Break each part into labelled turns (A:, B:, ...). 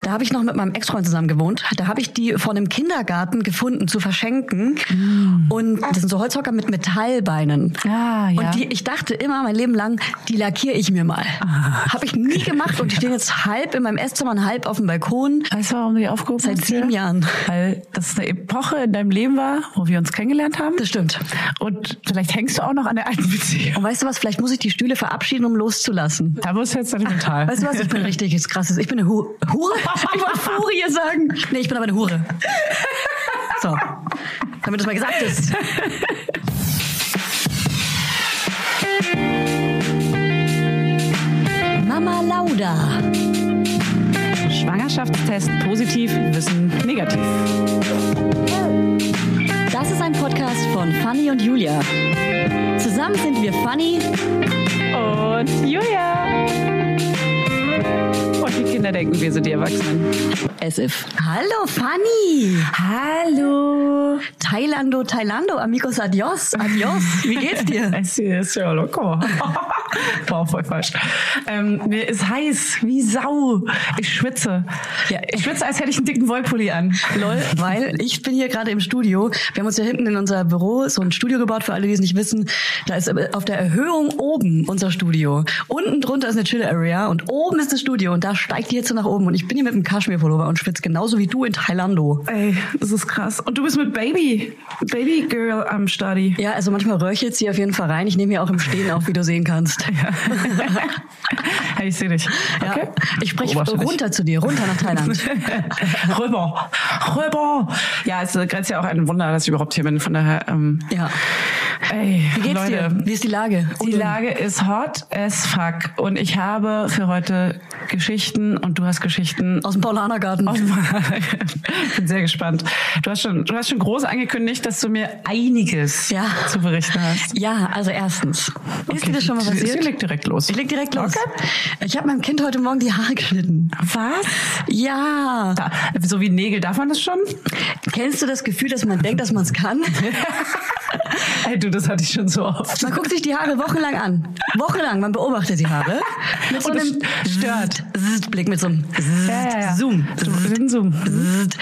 A: Da habe ich noch mit meinem Ex-Freund zusammen gewohnt. Da habe ich die von einem Kindergarten gefunden zu verschenken. Und das sind so Holzhocker mit Metallbeinen.
B: Ah, Mm. ja.
A: Und die, ich dachte immer mein Leben lang, die lackiere ich mir mal.
B: Ah.
A: Habe ich nie gemacht und die stehen jetzt halb in meinem Esszimmer und halb auf dem Balkon.
B: Weißt du, warum du die aufgehoben
A: Seit
B: hast?
A: sieben
B: hier?
A: Jahren.
B: Weil das eine Epoche in deinem Leben war, wo wir uns kennengelernt haben.
A: Das stimmt.
B: Und vielleicht hängst du auch noch an der alten Beziehung.
A: Und weißt du was, vielleicht muss ich die Stühle verabschieden, um loszulassen.
B: Da wirst du jetzt sentimental.
A: Weißt du was, ich bin richtig jetzt krasses. Ich bin eine Hu Hure? Ich wollte Furie sagen. Nee, ich bin aber eine Hure. So, damit das mal gesagt ist. Mama Lauda.
B: Schwangerschaftstest positiv, Wissen negativ.
A: Das ist ein Podcast von Fanny und Julia. Zusammen sind wir Fanny
B: Und Julia. Und die Kinder denken, wir sind die Erwachsenen.
A: as if. Hallo Fanny.
B: Hallo.
A: Thailando, Thailando, amigos adios, adios. Wie geht's dir?
B: Es ist ja locker. War voll falsch. Ähm, mir ist heiß, wie Sau. Ich schwitze.
A: Ja.
B: Ich schwitze, als hätte ich einen dicken Wollpulli an.
A: Lol, weil ich bin hier gerade im Studio. Wir haben uns ja hinten in unser Büro so ein Studio gebaut, für alle, die es nicht wissen. Da ist auf der Erhöhung oben unser Studio. Unten drunter ist eine Chill-Area und oben ist das Studio und da steigt die Hitze nach oben. Und ich bin hier mit einem Kaschmir-Pullover und schwitze genauso wie du in Thailando.
B: Ey, das ist krass. Und du bist mit Baby, Baby Girl am Stadi.
A: Ja, also manchmal röchelt sie auf jeden Fall rein. Ich nehme hier auch im Stehen auf, wie du sehen kannst.
B: hey, ich sehe dich.
A: Ja,
B: Okay.
A: ich spreche
B: Beobachte dich.
A: runter zu dir, runter nach Thailand.
B: Rüber, rüber. Ja, es ist ja auch ein Wunder, dass ich überhaupt hier bin. Von daher, ähm,
A: Ja.
B: ey,
A: Wie geht's
B: Leute,
A: dir? Wie ist die Lage?
B: Die Lage ist hot as fuck. Und ich habe für heute Geschichten und du hast Geschichten.
A: Aus dem Paulanergarten.
B: ich bin sehr gespannt. Du hast schon, du hast schon groß angekündigt, dass du mir einiges
A: Ja.
B: zu berichten hast.
A: Ja, also erstens. Ist dir das schon mal
B: Sie- Sie
A: passiert?
B: legt direkt los.
A: Ich leg direkt los. Ich habe meinem Kind heute Morgen die Haare geschnitten.
B: Was?
A: Ja.
B: Da, so wie Nägel, darf man das schon?
A: Kennst du das Gefühl, dass man denkt, dass man es kann?
B: Ey, du, das hatte ich schon so oft.
A: Man guckt sich die Haare wochenlang an. Wochenlang, man beobachtet die Haare. Mit so
B: Und es
A: einem
B: stört.
A: Zzzt, Blick, mit so einem Zzzt, Zoom. Zzzt,
B: Zoom. Zoom.
A: Zzzt.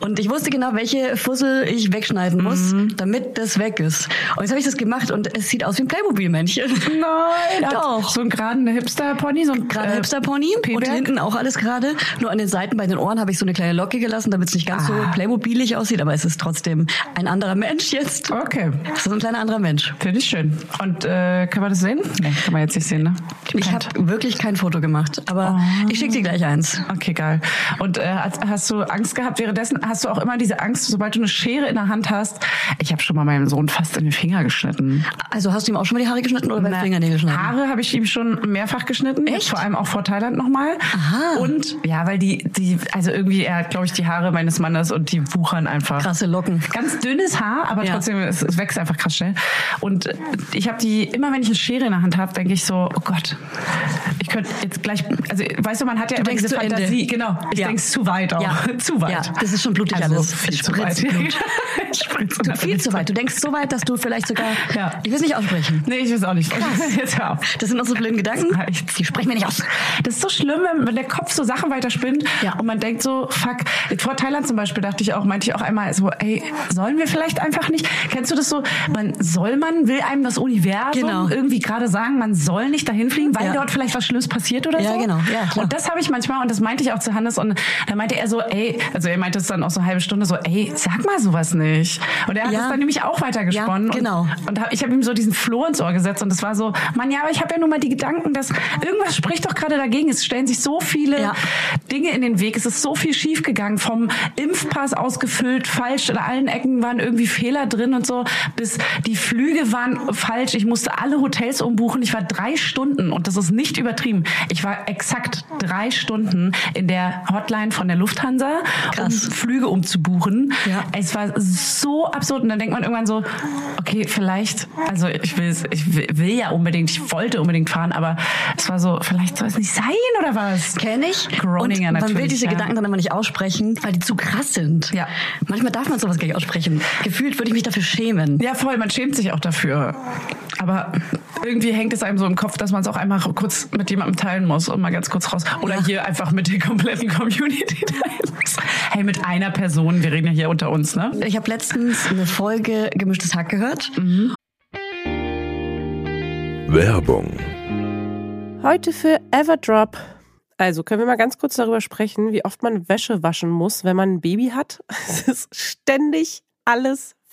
A: Und ich wusste genau, welche Fussel ich wegschneiden muss, damit das weg ist. Und jetzt habe ich das gemacht und es sieht aus wie ein Playmobil-Männchen.
B: Nein, hat
A: Doch.
B: So einen geraden Hipster-Pony, so ein
A: Gerade
B: äh,
A: Hipster-Pony und
B: Payback.
A: hinten auch alles gerade. Nur an den Seiten bei den Ohren habe ich so eine kleine Locke gelassen, damit es nicht ganz
B: Ah.
A: so playmobilig aussieht, aber es ist trotzdem ein anderer Mensch jetzt.
B: Okay,
A: Es ist ein kleiner anderer Mensch.
B: finde ich schön. Und äh, kann man das sehen? Nee, kann man jetzt nicht sehen, ne?
A: Ich habe wirklich kein Foto gemacht, aber
B: Oh.
A: ich schicke dir gleich eins.
B: Okay, geil. Und äh, hast, hast du Angst gehabt währenddessen? Hast du auch immer diese Angst, sobald du eine Schere in der Hand hast? Ich habe schon mal meinem Sohn fast in den Finger geschnitten.
A: Also hast du ihm auch schon mal die Haare geschnitten oder beim
B: Na,
A: Fingernägel schneiden?
B: Haare habe ich ihm schon mehrfach geschnitten. Jetzt
A: Echt?
B: Vor allem auch vor Thailand nochmal.
A: Aha.
B: Und ja, weil die, die, also irgendwie, er hat, glaube ich, die Haare meines Mannes und die wuchern einfach.
A: Krasse Locken.
B: Ganz dünnes Haar, aber
A: Ja.
B: trotzdem, es, es wächst einfach krass schnell. Und äh, ich habe die, immer wenn ich eine Schere in der Hand habe, denke ich so, oh Gott, ich könnte jetzt gleich, also weißt du, man hat ja immer
A: denkst
B: diese
A: zu Ende.
B: Fantasie, genau, ich
A: Ja.
B: denke es zu weit auch,
A: Ja.
B: zu weit. Also,
A: Ja, das ist schon blutig alles.
B: viel
A: Es
B: zu weit.
A: spritzt Blut.
B: Spritzt
A: Du,
B: und
A: viel
B: alles.
A: zu weit. Du denkst so weit, dass du vielleicht sogar...
B: Ja.
A: Ich will es nicht aussprechen.
B: Nee, ich weiß auch nicht. Jetzt hör auf.
A: Das sind unsere blöden Gedanken.
B: reicht's.
A: Die sprechen wir nicht aus.
B: Das ist so schlimm, wenn, wenn der Kopf so Sachen weiter spinnt
A: Ja.
B: und man denkt so, fuck, vor Thailand zum Beispiel dachte ich auch, meinte ich auch einmal so, ey, sollen wir vielleicht einfach nicht? Kennst du das so, man soll man, will einem das Universum
A: Genau.
B: irgendwie gerade sagen, man soll nicht dahin fliegen, weil
A: Ja.
B: dort vielleicht was Schlimmes passiert oder
A: Ja,
B: so?
A: genau. Ja, klar.
B: Und das habe ich manchmal, und das meinte ich auch zu Hannes, und dann meinte er so, ey, also er meinte es dann auch so eine halbe Stunde so, ey, sag mal sowas nicht. Und er hat
A: Ja.
B: es dann nämlich auch weitergesponnen.
A: Ja, genau.
B: Und, und hab, ich habe ihm so diesen Floh ins Ohr gesetzt und das war so, Mann, ja, aber ich habe ja nur mal die Gedanken, dass irgendwas spricht doch gerade dagegen. Es stellen sich so viele
A: Ja.
B: Dinge in den Weg. Es ist so viel schiefgegangen, vom Impfpass ausgefüllt, falsch, in allen Ecken waren irgendwie Fehler drin und so, bis die Flüge waren falsch. Ich musste alle Hotels umbuchen. Ich war drei Stunden und das ist nicht übertrieben. Ich war exakt drei Stunden in der Hotline von der Lufthansa,
A: Krass.
B: um Flüge umzubuchen.
A: Ja.
B: Es war so absurd. Und dann denkt man irgendwann so, okay, vielleicht, also ich will, ich will, will ja unbedingt, ich wollte unbedingt fahren, aber es war so, vielleicht soll es nicht sein oder was?
A: Kenne ich.
B: Groninger
A: und man will
B: natürlich,
A: diese
B: ja.
A: Gedanken dann immer nicht aussprechen, weil die zu krass sind.
B: Ja.
A: Manchmal darf man sowas gar nicht aussprechen. Gefühlt würde ich mich dafür schämen.
B: Ja, voll, man schämt sich auch dafür. Aber irgendwie hängt es einem so im Kopf, dass man es auch einmal kurz mit jemandem teilen muss und mal ganz kurz raus. Oder hier einfach mit der kompletten Community teilen muss. Hey, mit einer Person, wir reden ja hier unter uns, ne?
A: Ich habe letztens eine Folge Gemischtes Hack gehört.
C: Werbung.
D: Heute für Everdrop. Also können wir mal ganz kurz darüber sprechen, wie oft man Wäsche waschen muss, wenn man ein Baby hat. Es ist ständig alles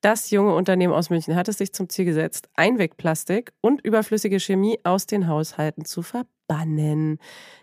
D: Das junge Unternehmen aus München hat es sich zum Ziel gesetzt, Einwegplastik und überflüssige Chemie aus den Haushalten zu verbannen.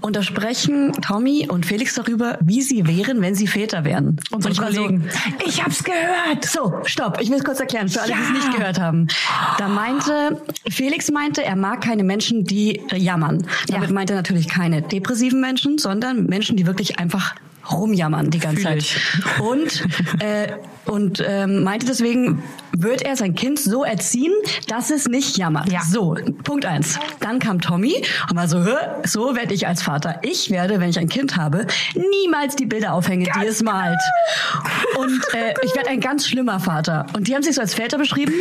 A: Und da sprechen Tommy und Felix darüber, wie sie wären, wenn sie Väter wären.
B: Unsere
A: ich war
B: Kollegen. Ich hab's gehört.
A: So, stopp, ich will es kurz erklären, für alle, die es
B: Ja.
A: nicht gehört haben. Da meinte, Felix meinte, er mag keine Menschen, die äh, jammern. Damit
B: Ja.
A: meinte er natürlich keine depressiven Menschen, sondern Menschen, die wirklich einfach rumjammern die ganze
B: Fühl
A: Zeit.
B: ich.
A: Und, äh, und ähm, meinte deswegen, wird er sein Kind so erziehen, dass es nicht jammert.
B: Ja.
A: So, Punkt eins. Dann kam Tommy und war so, "Hä? so werde ich als Vater. Ich werde, wenn ich ein Kind habe, niemals die Bilder aufhängen, die es malt. Und äh, ich werde ein ganz schlimmer Vater. Und die haben sich so als Väter beschrieben.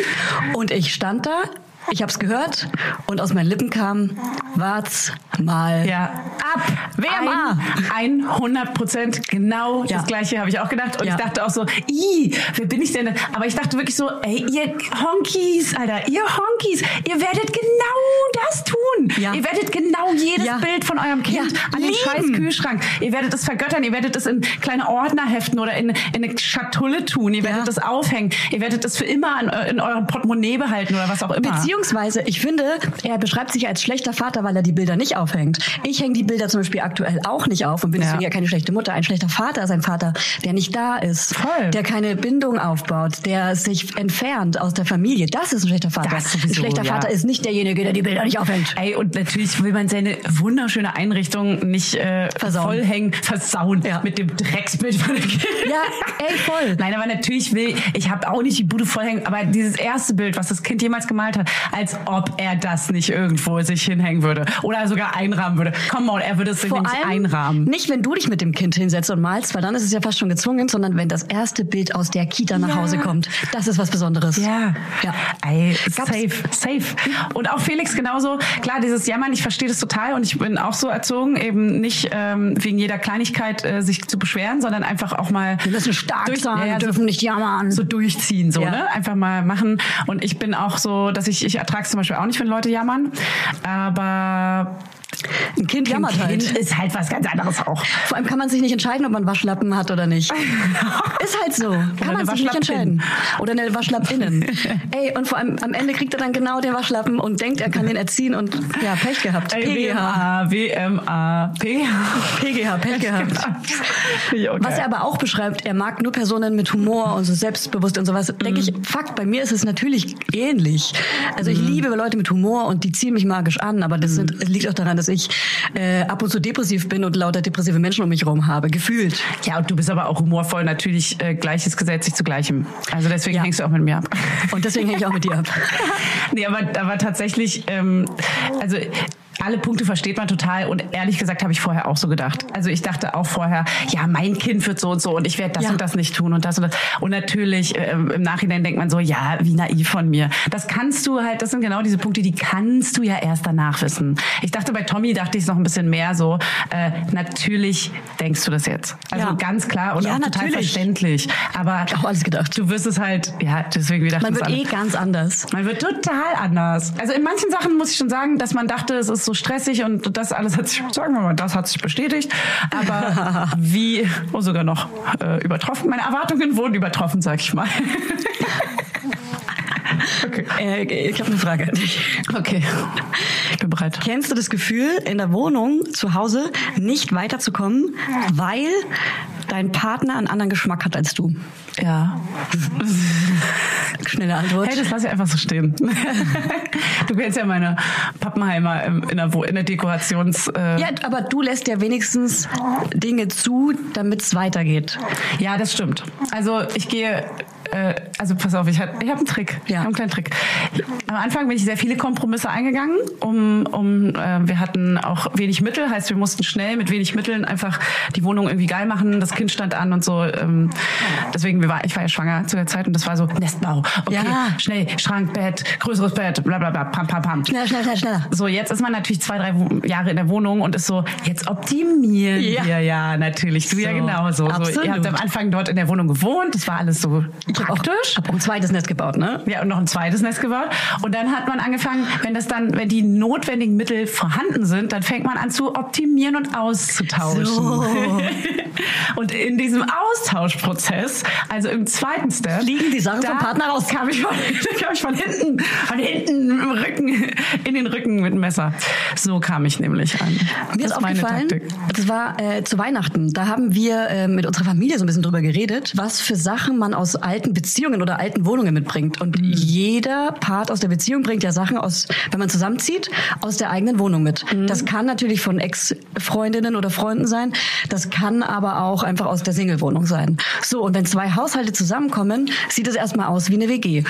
A: Und ich stand da, ich habe es gehört und aus meinen Lippen kam, wart's mal.
B: Ja. Äh, Ab.
A: WMA.
B: Ein, 100 Prozent. Genau
A: Ja.
B: das Gleiche habe ich auch gedacht. Und
A: Ja.
B: ich dachte auch so, i, wer bin ich denn? denn? Aber ich dachte wirklich so, ey, ihr Honkies, Alter, ihr Honkies, ihr werdet genau das tun.
A: Ja.
B: Ihr werdet genau jedes
A: Ja.
B: Bild von eurem Kind
A: Ja.
B: an den
A: Lieben.
B: scheiß Kühlschrank. Ihr werdet es vergöttern. Ihr werdet es in kleine Ordner heften oder in, in eine Schatulle tun. Ihr werdet es aufhängen. Ihr werdet es für immer an, eu- in eurem Portemonnaie behalten oder was auch immer.
A: Beziehungsweise, ich finde, er beschreibt sich als schlechter Vater, weil er die Bilder nicht aufhängt. Ich hänge die Bilder zum Beispiel aktuell auch nicht auf und bin
B: Ja.
A: deswegen ja keine schlechte Mutter. Ein schlechter Vater ist ein Vater, der nicht da ist,
B: Voll.
A: der keine Bindung aufbaut, der sich entfernt aus der Familie. Das ist ein schlechter Vater.
B: Das sowieso,
A: ein schlechter
B: ja.
A: Vater ist nicht derjenige, der die Bilder nicht aufhängt.
B: Ey, und natürlich will man seine wunderschöne Einrichtung nicht äh,
A: Versauen.
B: vollhängen, versauen
A: Ja.
B: mit dem Drecksbild von dem Kind.
A: Ja, ey, voll.
B: Nein, aber natürlich will ich habe auch nicht die Bude vollhängen, aber dieses erste Bild, was das Kind jemals gemalt hat, als ob er das nicht irgendwo sich hinhängen würde oder sogar einrahmen würde. Come on, er würde es sich
A: Vor
B: nämlich
A: allem
B: einrahmen.
A: nicht, wenn du dich mit dem Kind hinsetzt und malst, weil dann ist es ja fast schon gezwungen, sondern wenn das erste Bild aus der Kita nach
B: Ja.
A: Hause kommt. Das ist was Besonderes.
B: Ja.
A: Ja.
B: Ey,
A: Gab's-
B: safe, safe. Und auch Felix genauso. Klar, dieses Jammern, ich verstehe das total und ich bin auch so erzogen, eben nicht ähm, wegen jeder Kleinigkeit äh, sich zu beschweren, sondern einfach auch mal
A: Wir müssen stark
B: durch-
A: sein,
B: ja, so-
A: dürfen nicht jammern.
B: so durchziehen, so,
A: Ja.
B: ne? Einfach mal machen. Und ich bin auch so, dass ich, ich ertrage zum Beispiel auch nicht, wenn Leute jammern. Aber
A: Ein Kind jammert
B: Kind
A: halt.
B: ist halt was ganz anderes auch.
A: Vor allem kann man sich nicht entscheiden, ob man Waschlappen hat oder nicht. Ist halt so. Kann
B: eine
A: man sich nicht
B: Waschlappin.
A: entscheiden. Oder eine Waschlappinnen. Ey, und vor allem am Ende kriegt er dann genau den Waschlappen und denkt, er kann den erziehen und ja, Pech gehabt. PGH.
B: WMA, WMA, PGH.
A: PGH, Pech
B: Genau.
A: gehabt. Was er aber auch beschreibt, er mag nur Personen mit Humor und so selbstbewusst und sowas. Denke ich, fuck, bei mir ist es natürlich ähnlich. Also ich liebe Leute mit Humor und die ziehen mich magisch an, aber das sind, es liegt auch daran, dass ich äh, ab und zu depressiv bin und lauter depressive Menschen um mich herum habe, gefühlt.
B: ja, und du bist aber auch humorvoll, natürlich äh, gleiches Gesetz sich zu gleichem. Also deswegen
A: Ja.
B: hängst du auch mit mir ab.
A: Und deswegen hänge ich auch mit dir ab.
B: nee, aber, aber tatsächlich, ähm, also alle Punkte versteht man total und ehrlich gesagt habe ich vorher auch so gedacht. Also ich dachte auch vorher, ja, mein Kind wird so und so und ich werde das
A: Ja.
B: und das nicht tun und das und das. Und natürlich ähm, im Nachhinein denkt man so, ja, wie naiv von mir. Das kannst du halt, das sind genau diese Punkte, die kannst du ja erst danach wissen. Ich dachte bei Tommy dachte ich es noch ein bisschen mehr so, äh, natürlich denkst du das jetzt. Also
A: Ja.
B: ganz klar und
A: Ja,
B: auch total
A: natürlich.
B: verständlich, aber
A: Auch alles gedacht.
B: Du wirst es halt, ja, deswegen wir dachten
A: Man
B: es
A: wird
B: anders.
A: eh ganz anders.
B: Man wird total anders. Also in manchen Sachen muss ich schon sagen, dass man dachte, es ist so stressig und das alles hat sich, sagen wir mal, das hat sich bestätigt. Aber wie, oh sogar noch äh, übertroffen. Meine Erwartungen wurden übertroffen, sag ich mal. okay.
A: Äh, ich habe eine Frage an dich.
B: okay, ich bin bereit.
A: Kennst du das Gefühl, in der Wohnung, zu Hause, nicht weiterzukommen, weil dein Partner einen anderen Geschmack hat als du?
B: Ja.
A: Schnelle Antwort.
B: Hey, das lass ich einfach so stehen. du kennst ja meine Pappenheimer im- in der, Wo- in der Dekorations... Äh,
A: Ja, aber du lässt ja wenigstens Dinge zu, damit es weitergeht.
B: Ja, das stimmt. Also ich gehe, äh, also pass auf, ich hab, ich hab einen Trick. Ich
A: Ja.
B: hab einen kleinen Trick. Am Anfang bin ich sehr viele Kompromisse eingegangen. Um, um, äh, wir hatten auch wenig Mittel, heißt wir mussten schnell mit wenig Mitteln einfach die Wohnung irgendwie geil machen. Das Kind stand an und so. Ähm, deswegen, wir war, ich war ja schwanger zu der Zeit und das war so Nestbau. Okay,
A: Ja.
B: schnell, Schrank, Bett, größeres Bett, bla bla bla, pam pam pam.
A: Schneller, schneller, schneller, schneller.
B: So, jetzt ist man natürlich zwei, drei Wo- Jahre in der Wohnung und ist so, jetzt optimieren
A: Ja.
B: wir ja natürlich. Du ja
A: So,
B: genauso. So, ihr
A: absolut.
B: habt am Anfang dort in der Wohnung gewohnt, das war alles so
A: Ich hab auch,
B: praktisch.
A: hab auch ein Um zweites Netz gebaut, ne?
B: Ja, und noch ein zweites Nest gebaut. Und dann hat man angefangen, wenn das dann, wenn die notwendigen Mittel vorhanden sind, dann fängt man an zu optimieren und auszutauschen.
A: So.
B: und in diesem Austauschprozess, also im zweiten Step,
A: Fliegen die Sachen
B: da
A: vom Partner raus.
B: Kam ich, von, kam ich von hinten, von hinten im Rücken, in den Rücken mit dem Messer. So kam ich nämlich an.
A: Mir
B: das
A: ist
B: ist meine
A: aufgefallen,
B: Taktik.
A: das war äh, zu Weihnachten. Da haben wir äh, mit unserer Familie so ein bisschen drüber geredet, was für Sachen man aus alten Beziehungen oder alten Wohnungen mitbringt. Und
B: Mhm.
A: jeder Part aus der Beziehung bringt ja Sachen aus, wenn man zusammenzieht, aus der eigenen Wohnung mit.
B: Mhm.
A: Das kann natürlich von Ex-Freundinnen oder Freunden sein. Das kann aber auch einfach aus der Single-Wohnung sein. So, und wenn zwei Haushalte zusammenkommen, sieht es erstmal aus wie eine WG.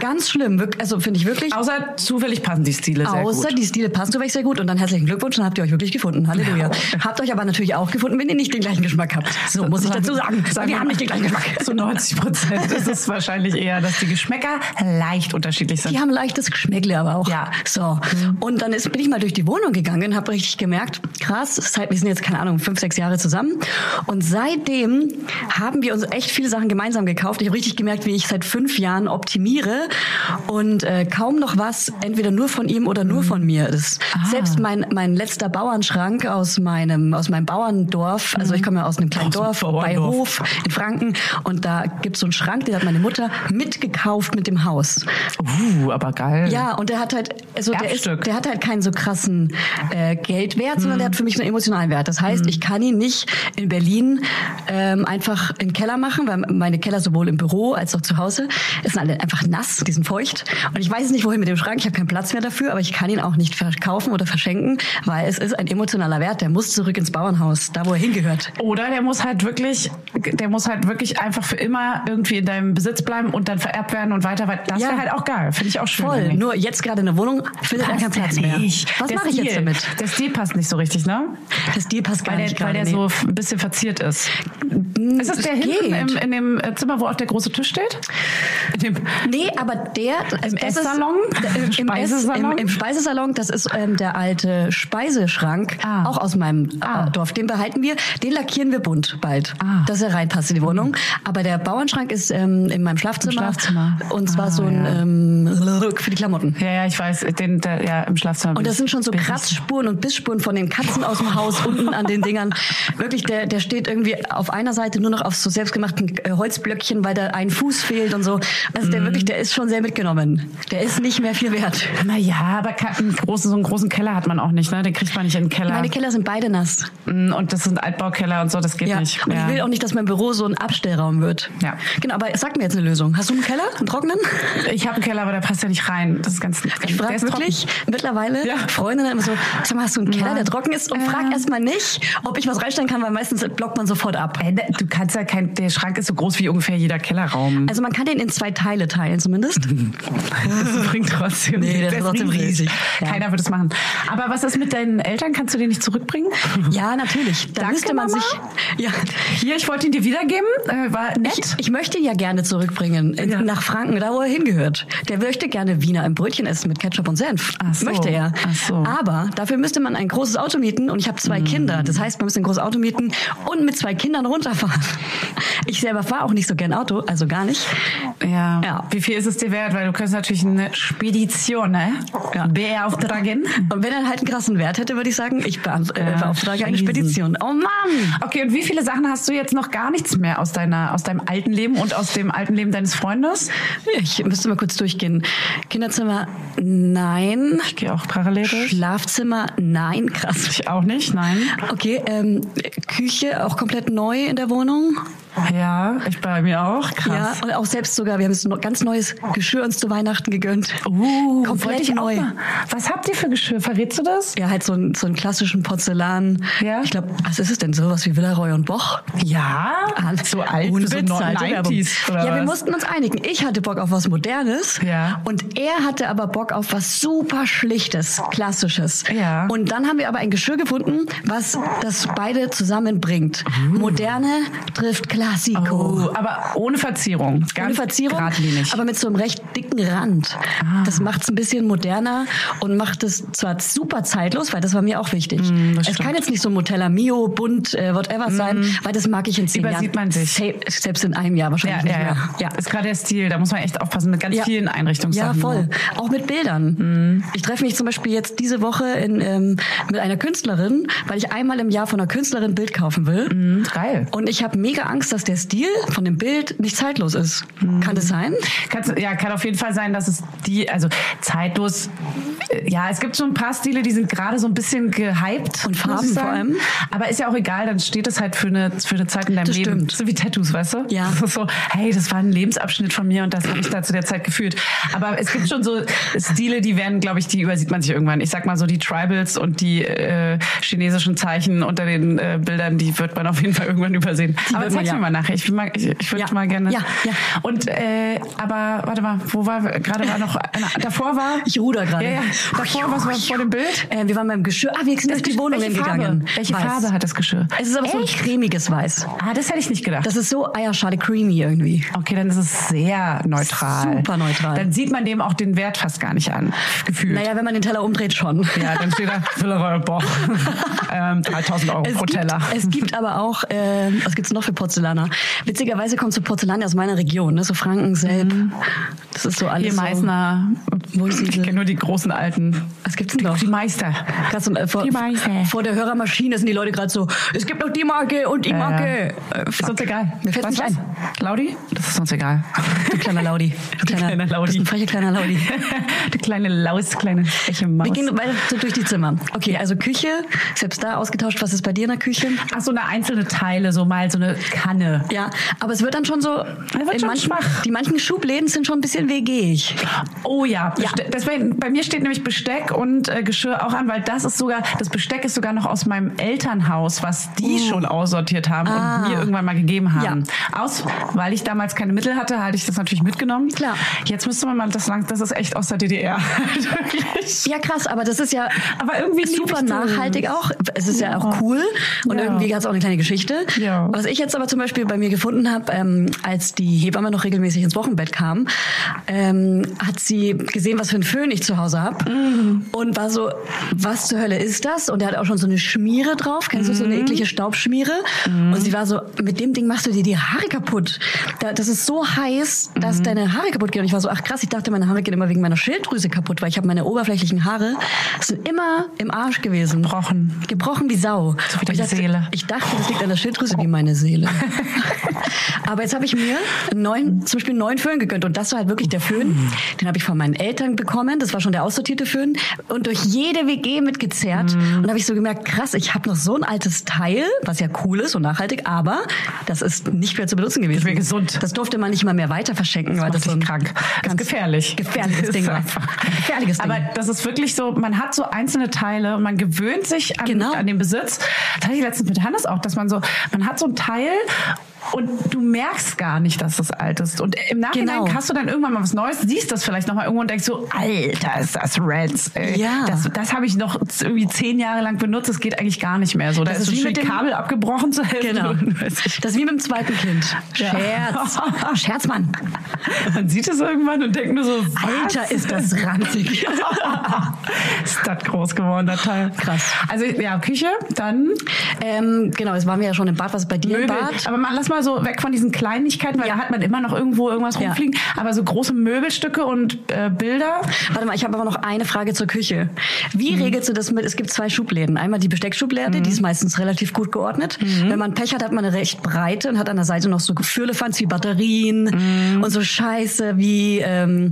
A: Ganz schlimm. wirk- Also finde ich wirklich.
B: Außer zufällig passen die Stile sehr
A: Außer
B: gut.
A: die Stile passen zu euch sehr gut und dann herzlichen Glückwunsch, dann habt ihr euch wirklich gefunden. Halleluja. Habt euch aber natürlich auch gefunden, wenn ihr nicht den gleichen Geschmack habt. So muss ich dazu sagen. Wir
B: mal,
A: haben nicht den gleichen Geschmack.
B: Zu 90 Prozent ist es wahrscheinlich eher, dass die Geschmäcker leicht unterschiedlich sind.
A: Die haben leichtes Geschmäckle aber auch.
B: Ja. Mhm.
A: So. Und dann ist, bin ich mal durch die Wohnung gegangen, habe richtig gemerkt, krass, seit, wir sind jetzt, keine Ahnung, fünf, sechs Jahre zusammen. Und seitdem haben wir uns echt viele Sachen gemeinsam gekauft. Ich habe richtig gemerkt, wie ich seit fünf Jahren optimiere und äh, kaum noch was entweder nur von ihm oder nur von mir ist.
B: Ah.
A: Selbst mein, mein letzter Bauernschrank aus meinem, aus meinem Bauerndorf, also ich komme ja aus einem kleinen
B: Mhm. Aus dem
A: Dorf, bei
B: Bauerndorf.
A: Hof, in Franken. Und da gibt's so einen Schrank, den hat meine Mutter mitgekauft mit dem Haus.
B: Uh, aber geil.
A: Ja, und der hat halt, also der, ist,
B: Erbstück. Hm.
A: der hat halt keinen so krassen äh, Geldwert, sondern der hat für mich einen emotionalen Wert. Das heißt, ich kann ihn nicht in Berlin ähm, einfach in den Keller machen, weil meine Keller sowohl im Büro als auch zu Hause sind alle einfach nass, die sind feucht. Und ich weiß nicht, wohin mit dem Schrank, ich habe keinen Platz mehr dafür, aber ich kann ihn auch nicht verkaufen oder verschenken, weil es ist ein emotionaler Wert, der muss zurück ins Bauernhaus, da wo er hingehört.
B: Oder der muss halt wirklich, der muss halt wirklich einfach für immer irgendwie in deinem Besitz bleiben und dann vererbt werden und weiter. weiter. Das
A: Ja.
B: wäre halt auch geil. Finde ich auch schön.
A: Voll,
B: eigentlich.
A: nur jetzt gerade in der Wohnung findet er
B: Passt
A: keinen Platz
B: der
A: mehr.
B: nicht.
A: Was
B: Der
A: mache ich jetzt
B: Stil-
A: damit?
B: Der Stil passt nicht so richtig, ne?
A: Das Deal passt gar
B: Weil der,
A: nicht
B: weil
A: gerade.
B: der so f- ein bisschen verziert ist.
A: nee.
B: Ist das
A: Es
B: der hinten
A: geht.
B: im, in dem äh, Zimmer, wo auch der große Tisch steht? In dem
A: Nee, aber der also
B: Im
A: das
B: Esssalon?
A: Ist, im, Ess,
B: Speisesalon?
A: im, Im Speisesalon, das ist ähm, der alte Speiseschrank,
B: Ah.
A: auch aus meinem
B: Ah.
A: äh, Dorf. Den behalten wir, den lackieren wir bunt bald,
B: Ah. Mhm.
A: dass er reinpasst in die Wohnung. Aber der Bauernschrank ist ähm, in meinem Schlafzimmer.
B: Schlafzimmer.
A: Und zwar
B: Ah,
A: so ein
B: ja.
A: ähm, für die Klamotten.
B: Ja, ja, ich weiß, den, der, ja, im Schlafzimmer.
A: Und das sind schon so
B: bin ich-
A: Kratzspuren und Bissspuren von den Katzen aus dem Haus unten an den Dingern. Wirklich, der, der steht irgendwie auf einer Seite nur noch auf so selbstgemachten äh, Holzblöckchen, weil da ein Fuß fehlt und so. Also der wirklich, der ist schon sehr mitgenommen. Der ist nicht mehr viel wert.
B: Na Mhm. ja, aber ka- einen großen, so einen großen Keller hat man auch nicht, ne? Den kriegt man nicht in den Keller.
A: Meine Keller sind beide nass.
B: Mm, und das sind Altbaukeller und so, das geht
A: Ja.
B: nicht.
A: Und
B: ja.
A: ich will auch nicht, dass mein Büro so ein Abstellraum wird.
B: Ja.
A: Genau, aber sag mir jetzt eine Lösung. Hast du einen Keller? Einen trockenen?
B: Ich habe einen Keller, aber der passt ja nicht rein. Das ist ganz.
A: Ich
B: der
A: frage
B: ist trocken.
A: wirklich mittlerweile
B: Ja.
A: Freundinnen immer so, sag mal, hast du einen Keller,
B: Mann.
A: der trocken ist? Und frag
B: Ähm.
A: erst mal nicht, ob ich was reinstellen kann, weil meistens blockt man sofort ab.
B: Ey, ne, Du kannst ja kein. Der Schrank ist so groß wie ungefähr jeder Kellerraum.
A: Also man kann den in zwei Teile teilen zumindest.
B: das bringt trotzdem.
A: Nee, der ist
B: der
A: trotzdem riesig. Ja.
B: Keiner würde es machen. Aber was ist mit deinen Eltern? Kannst du den nicht zurückbringen?
A: ja, natürlich. Da
B: Danke,
A: müsste man
B: Mama.
A: sich. Ja,
B: Hier, ich wollte ihn dir wiedergeben. Äh, war nett.
A: ich, ich möchte ihn ja gerne zurückbringen in,
B: Ja.
A: nach Franken, da wo er hingehört. Der möchte gerne Wiener im Brötchen essen mit Ketchup und Senf.
B: Ach so.
A: Möchte er.
B: Ach so. Mm.
A: Aber dafür müsste man ein großes Auto mieten und ich habe zwei Kinder. Das heißt, man müsste ein großes Auto mieten und mit zwei Kindern runterfahren. Ich selber fahre auch nicht so gern Auto, also gar nicht.
B: Ja.
A: Ja.
B: Wie viel ist es dir wert? Weil du könntest natürlich eine Spedition ne?
A: Ja.
B: beauftragen.
A: Und wenn er halt einen krassen Wert hätte, würde ich sagen, ich beantrage äh,
B: Ja,
A: beauftrage eine
B: Riesen.
A: Spedition. Oh Mann!
B: Okay, und wie viele Sachen hast du jetzt noch gar nichts mehr aus deiner, aus deinem alten Leben und aus dem alten Leben deines Freundes?
A: Ich müsste mal kurz durchgehen. Kinderzimmer, nein.
B: Ich gehe auch parallel durch.
A: Schlafzimmer, nein, krass.
B: Ich auch nicht, nein.
A: Okay, ähm, Küche auch komplett neu in der Wohnung.
B: Ja, ich bei mir auch. Krass.
A: Ja, und auch selbst sogar. Wir haben jetzt ein ganz neues Geschirr uns zu Weihnachten gegönnt.
B: Uh,
A: Komplett
B: wollte ich
A: neu.
B: Auch mal. Was habt ihr für Geschirr? Verrätst du das?
A: Ja, halt so, einen- so einen klassischen Porzellan.
B: Ja.
A: Ich glaube, was ist es denn? Sowas wie Villaroy und Boch?
B: Ja.
A: Ah,
B: So alt, für so
A: Witz, alte
B: 90s
A: Werbung.
B: oder
A: Ja, wir
B: was?
A: mussten uns einigen. Ich hatte Bock auf was Modernes
B: Ja.
A: und er hatte aber Bock auf was super Schlichtes, Klassisches.
B: Ja.
A: Und dann haben wir aber ein Geschirr gefunden, was das beide zusammenbringt. Moderne trifft Klassiko.
B: Mhm. Oh, aber ohne Verzierung. Ganz
A: Ohne Verzierung,
B: Geradlinig.
A: aber mit so einem recht dicken Rand.
B: Ah.
A: Das macht es ein bisschen moderner und macht es zwar super zeitlos, weil das war mir auch wichtig.
B: Hm,
A: es kann jetzt nicht so Motella Mio, bunt, äh, whatever sein, weil das mag ich in zehn
B: Übersieht
A: Jahren.
B: man sich.
A: se- Selbst in einem Jahr
B: ja,
A: wahrscheinlich
B: ja,
A: nicht
B: ja.
A: mehr.
B: ja. Ist gerade der Stil. Da muss man echt aufpassen mit ganz
A: Ja.
B: vielen
A: Ja,
B: Einrichtungssachen.
A: voll. Auch mit Bildern.
B: Hm.
A: Ich treffe mich zum Beispiel jetzt diese Woche in, ähm, mit einer Künstlerin, weil ich einmal im Jahr von einer Künstlerin ein Bild kaufen will.
B: Mhm, Geil.
A: Und ich habe mega Angst, dass der Stil von dem Bild nicht zeitlos ist.
B: Hm.
A: Kann das sein?
B: Kannst, ja, kann auf jeden Fall sein, dass es die, also zeitlos, äh, ja, es gibt schon ein paar Stile, die sind gerade so ein bisschen gehypt.
A: Und Farben
B: muss ich sagen.
A: vor allem.
B: Aber ist ja auch egal, dann steht es halt für eine, für eine Zeit in deinem
A: Das
B: Leben.
A: stimmt.
B: So wie Tattoos, weißt du?
A: Ja.
B: Das ist so, hey, das war ein Lebensabschnitt von mir und das habe ich da zu der Zeit gefühlt. Aber es gibt schon so Stile, die werden, glaube ich, die übersieht man sich irgendwann. Ich sag mal so die Tribals und die äh, chinesischen Zeichen unter den äh, Bildern, die wird man auf jeden Fall irgendwann übersehen.
A: Die
B: Aber
A: wird man,
B: zeig's
A: ja.
B: mir mal nachher. Ich, will mal- ich, ich würde
A: Ja.
B: mal gerne.
A: Ja, ja.
B: Und äh, aber warte mal, wo war gerade war noch einer, davor war
A: Ich ruder gerade.
B: Ja, ja. Davor was war vor dem Bild?
A: Äh, wir waren beim Geschirr. Ah, wir sind durch die Wohnungen
B: Welche Farbe?
A: gegangen.
B: Welche
A: Weiß.
B: Farbe hat das Geschirr?
A: Es ist aber so ein
B: Echt?
A: cremiges Weiß.
B: Ah, das hätte ich nicht gedacht.
A: Das ist so eierschale creamy irgendwie.
B: okay, dann ist es sehr neutral.
A: Super neutral.
B: Dann sieht man dem auch den Wert fast gar nicht an, gefühlt.
A: Naja, wenn man den Teller umdreht, schon.
B: Ja, dann steht da Villeroy Boch. ähm, 3000 Euro
A: Es
B: pro
A: gibt,
B: Teller.
A: es gibt aber auch, äh, was gibt's noch für Porzellaner? Witzigerweise kommt so Porzellan ja aus meiner Region, ne? so Franken, Selb.
B: Mhm.
A: Das ist so alles.
B: Hier
A: so.
B: Meißner.
A: Wohlsiedel.
B: Ich kenne nur die großen alten.
A: Was gibt's denn noch?
B: Genau. Die Meister.
A: Grad so, äh, vor,
B: Die Meiße.
A: vor der Hörermaschine sind die Leute gerade so, es gibt noch die Marke und die
B: Ja,
A: Marke.
B: ja.
A: Äh,
B: ist
A: fuck.
B: uns egal.
A: Mir fällt's
B: Weißt
A: nicht
B: du
A: ein.
B: was? Laudi? Das ist uns egal.
A: Du kleiner Laudi. Du kleiner,
B: kleiner Laudi.
A: bist ein frecher kleiner Laudi.
B: Die kleine Laus, kleine freche Maus.
A: Wir gehen weiter so durch die Zimmer. Okay, also Küche, selbst da ausgetauscht, was ist bei dir in der Küche?
B: Ach, so eine einzelne Teile, so mal so eine Kanne.
A: Ja, aber es wird dann schon so,
B: wird
A: in
B: schon
A: manchen,
B: schwach.
A: die manchen Schubläden sind schon ein bisschen wegig.
B: Oh ja, Beste- deswegen, bei mir steht nämlich Besteck und äh, Geschirr auch an, weil das ist sogar, das Besteck ist sogar noch aus meinem Elternhaus, was die schon aussortiert haben
A: Ah.
B: und mir irgendwann mal gegeben haben. Aus, weil ich damals keine Mittel hatte, hatte ich das natürlich mitgenommen.
A: Klar.
B: Jetzt müsste man mal das lang, das ist echt aus der DDR. Wirklich.
A: Ja, krass, aber das ist ja
B: Aber irgendwie lieb ich
A: super
B: das.
A: nachhaltig auch. Es ist ja auch cool und
B: Ja.
A: irgendwie hat es auch eine kleine Geschichte.
B: Ja.
A: Was ich jetzt aber zum Beispiel bei mir gefunden habe, ähm, als die Hebamme noch regelmäßig ins Wochenbett kam, ähm, hat sie gesehen, was für einen Föhn ich zu Hause habe
B: Mhm.
A: und war so, was zur Hölle ist das? Und der hat auch schon so eine Schmiere drauf, kennst du so
B: Mhm.
A: eine eklige Staubschmiere? Und sie war so, mit dem Ding machst du dir die Haare kaputt. Da, das ist so heiß, dass
B: Mhm.
A: deine Haare kaputt gehen. Und ich war so, ach krass, ich dachte, meine Haare gehen immer wegen meiner Schilddrüse kaputt, weil ich habe meine oberflächlichen Haare, das sind immer im Arsch gewesen.
B: Gebrochen.
A: Gebrochen wie Sau.
B: So wie
A: Und ich
B: deine
A: dachte,
B: Seele.
A: Ich dachte, das liegt an der Schilddrüse wie meine Seele. Aber jetzt habe ich mir einen neuen, zum Beispiel einen neuen Föhn gegönnt. Und das war halt wirklich der Föhn.
B: Mhm.
A: Den habe ich von meinen Eltern bekommen. Das war schon der aussortierte Föhn. Und durch jede WG mitgezerrt.
B: Mhm.
A: Und da habe ich so gemerkt, krass, ich habe noch so ein altes Teil, was ja cool ist und nachhaltig, aber das ist nicht mehr zu benutzen gewesen.
B: Nicht mehr gesund.
A: Das durfte man nicht mal mehr weiter verschenken, weil
B: macht
A: das so
B: dich
A: ein
B: krank. Das ist gefährlich.
A: Gefährliches
B: Das ist
A: Ding. war.
B: einfach-
A: Gefährliches Ding.
B: Aber das ist wirklich so, man hat so einzelne Teile und man gewöhnt sich an,
A: Genau.
B: an den Besitz. Das hatte ich letztens mit Hannes auch, dass man so, man hat so ein Teil und du merkst gar nicht, dass das alt ist. Und im Nachhinein
A: Genau.
B: hast du dann irgendwann mal was Neues, siehst das vielleicht nochmal irgendwo und denkst so, alter, ist das Reds. ey.
A: Ja.
B: Das, das habe ich noch irgendwie zehn Jahre lang benutzt, das geht eigentlich gar nicht mehr so. Da
A: Das
B: ist,
A: ist wie
B: schon
A: mit
B: mit
A: dem-
B: dem Kabel abgebrochen zur Hälfte.
A: Genau.
B: Und weiß ich
A: Das ist wie mit dem zweiten Kind.
B: Ja.
A: Scherz. Scherz, Mann.
B: Man sieht es irgendwann und denkt nur so, was?
A: Alter, ist das ranzig.
B: ist das groß geworden, der Teil.
A: Krass.
B: Also ja, Küche, dann
A: ähm, genau, jetzt waren wir ja schon im Bad. Was ist bei dir
B: Möbel.
A: im Bad?
B: Aber mal, lass mal so weg von diesen Kleinigkeiten, weil da hat man immer noch irgendwo irgendwas
A: Ja.
B: rumfliegen. Aber so große Möbelstücke und äh, Bilder.
A: Warte mal, ich habe aber noch eine Frage zur Küche. Wie
B: Mhm.
A: regelst du das mit? Es gibt zwei Schubläden. Einmal die Besteckschublade, die ist meistens relativ gut geordnet.
B: Mhm.
A: Wenn man Pech hat, hat man eine recht breite und hat an der Seite noch so Fürlefanz wie Batterien
B: Mhm.
A: und so Scheiße wie ähm,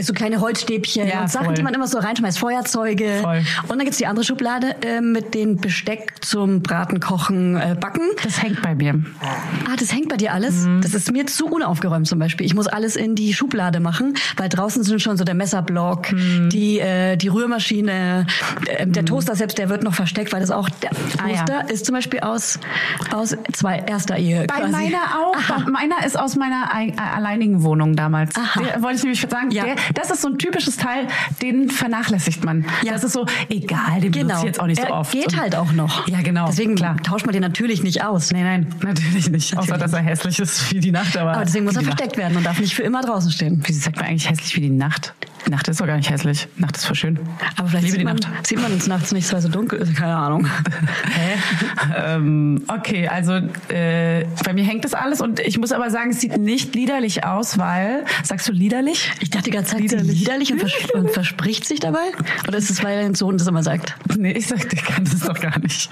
A: so kleine Holzstäbchen
B: Ja,
A: und Sachen,
B: voll.
A: die man immer so reinschmeißt, Feuerzeuge.
B: Voll.
A: Und dann gibt's die andere Schublade äh, mit den Besteck zum Braten, Kochen, äh, Backen.
B: Das hängt bei mir.
A: Ah, das hängt bei dir alles?
B: Mhm.
A: Das ist mir zu unaufgeräumt zum Beispiel. Ich muss alles in die Schublade machen, weil draußen sind schon so der Messerblock,
B: Mhm.
A: die, äh, die Rührmaschine, äh, der Toaster selbst, der wird noch versteckt, weil das auch, der
B: Ah, ja.
A: Toaster ist zum Beispiel aus, aus zwei, erster Ehe
B: Bei
A: quasi.
B: meiner auch. Bei meiner ist aus meiner ei- äh, alleinigen Wohnung damals.
A: Aha.
B: Der, wollte ich nämlich sagen,
A: Ja.
B: der, das ist so ein typisches Teil, den vernachlässigt man.
A: Ja.
B: Das ist so, egal, den benutze
A: Genau.
B: ich jetzt auch nicht so
A: Er
B: oft.
A: Geht
B: Und-
A: halt auch noch.
B: Ja, genau.
A: Deswegen
B: Klar.
A: tauscht man den natürlich nicht aus. ne?
B: Nee, nein, natürlich nicht. Außer,
A: Natürlich
B: dass er hässlich ist wie die Nacht. Aber, genau.
A: Aber deswegen muss
B: wie
A: er
B: die Nacht.
A: versteckt werden und darf nicht für immer draußen stehen.
B: Wieso sagt man eigentlich hässlich wie die Nacht? Die Nacht ist doch gar nicht hässlich. Nacht ist voll schön.
A: Aber vielleicht
B: ich liebe
A: sieht
B: die
A: man,
B: Nacht.
A: sieht man uns nachts nicht, weil so dunkel ist. Keine Ahnung.
B: ähm, okay, also äh, bei mir hängt das alles und ich muss aber sagen, es sieht nicht liederlich aus, weil sagst du liederlich?
A: Ich dachte die ganze Zeit,
B: Liederlich.
A: sie liederlich und, vers und verspricht sich dabei? Oder ist es, weil dein Sohn das immer sagt?
B: Nee, ich sag, ich kann das doch gar nicht.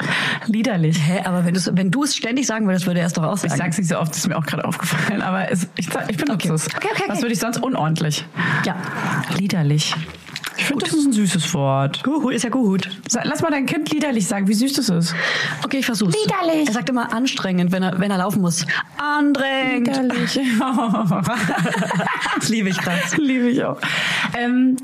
B: Liederlich.
A: Hä, aber wenn, du's- wenn du es ständig sagen würdest, würde er es doch auch
B: Ich
A: sagen.
B: sag's nicht so oft, ist mir auch gerade aufgefallen, aber es, ich, sag- ich benutze
A: Okay.
B: es.
A: Okay, okay, okay.
B: Was würde ich sonst unordentlich?
A: ja.
B: Liederlich. Ich finde, das ist ein süßes Wort.
A: Huhu ist ja gut.
B: Sa- Lass mal dein Kind liederlich sagen, wie süß das ist.
A: Okay, ich versuch's. Liederlich. Er sagt immer anstrengend, wenn er, wenn er laufen muss. Anstrengend. Das liebe ich krass.
B: Liebe ich auch. Ähm,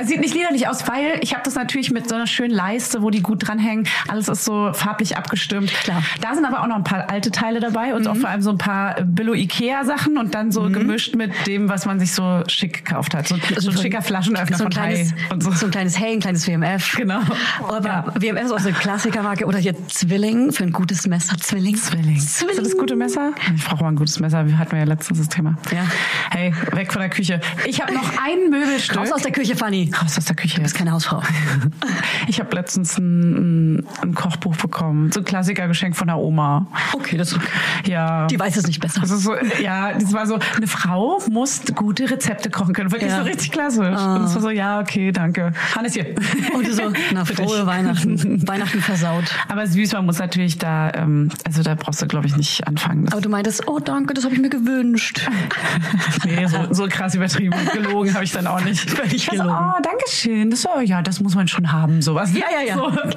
B: es sieht nicht liederlich aus, weil ich habe das natürlich mit so einer schönen Leiste, wo die gut dranhängen. Alles ist so farblich abgestimmt.
A: Klar. Mhm.
B: Da sind aber auch noch ein paar alte Teile dabei und auch vor allem so ein paar Billo-Ikea-Sachen und dann so gemischt mit dem, was man sich so schick gekauft hat. So, so ein schicker Flaschenöffner
A: so ein
B: von
A: kleines,
B: Hai und so.
A: so ein kleines Hey, ein kleines WMF.
B: Genau.
A: Aber
B: Ja.
A: WMF ist auch so eine Klassikermarke. Oder hier Zwilling für ein gutes Messer. Zwilling.
B: Zwilling. Ist
A: Zwilling.
B: das das gute Messer? Ich brauche mal ein gutes Messer. Wir hatten ja letztens das Thema.
A: Ja.
B: Hey, weg von der Küche. Ich habe noch ein Möbelstück.
A: Raus aus der Küche, Fanny. Du
B: Raus aus der Küche.
A: bist keine Hausfrau.
B: Ich habe letztens ein, ein, ein Kochbuch bekommen, so ein Klassikergeschenk von der Oma.
A: Okay, das ist okay.
B: Ja.
A: Die weiß es nicht besser.
B: Das ist so, ja, das war so, eine Frau muss gute Rezepte kochen können. Wirklich
A: Ja. Ah.
B: so richtig klassisch. Und es war so, ja, okay, danke. Hannes hier.
A: Und du Oh, so, na,
B: Für dich.
A: frohe Weihnachten. Weihnachten versaut.
B: Aber süß, man muss natürlich da, ähm, also da brauchst du, glaube ich, nicht anfangen. Das,
A: Aber du meintest, oh danke, das habe ich mir gewünscht.
B: nee, so, so krass übertrieben. Und Gelogen habe ich dann auch nicht.
A: Völlig
B: Ich war so,
A: gelogen.
B: Oh, danke schön. Das, war- ja, das muss man schon haben, sowas. So.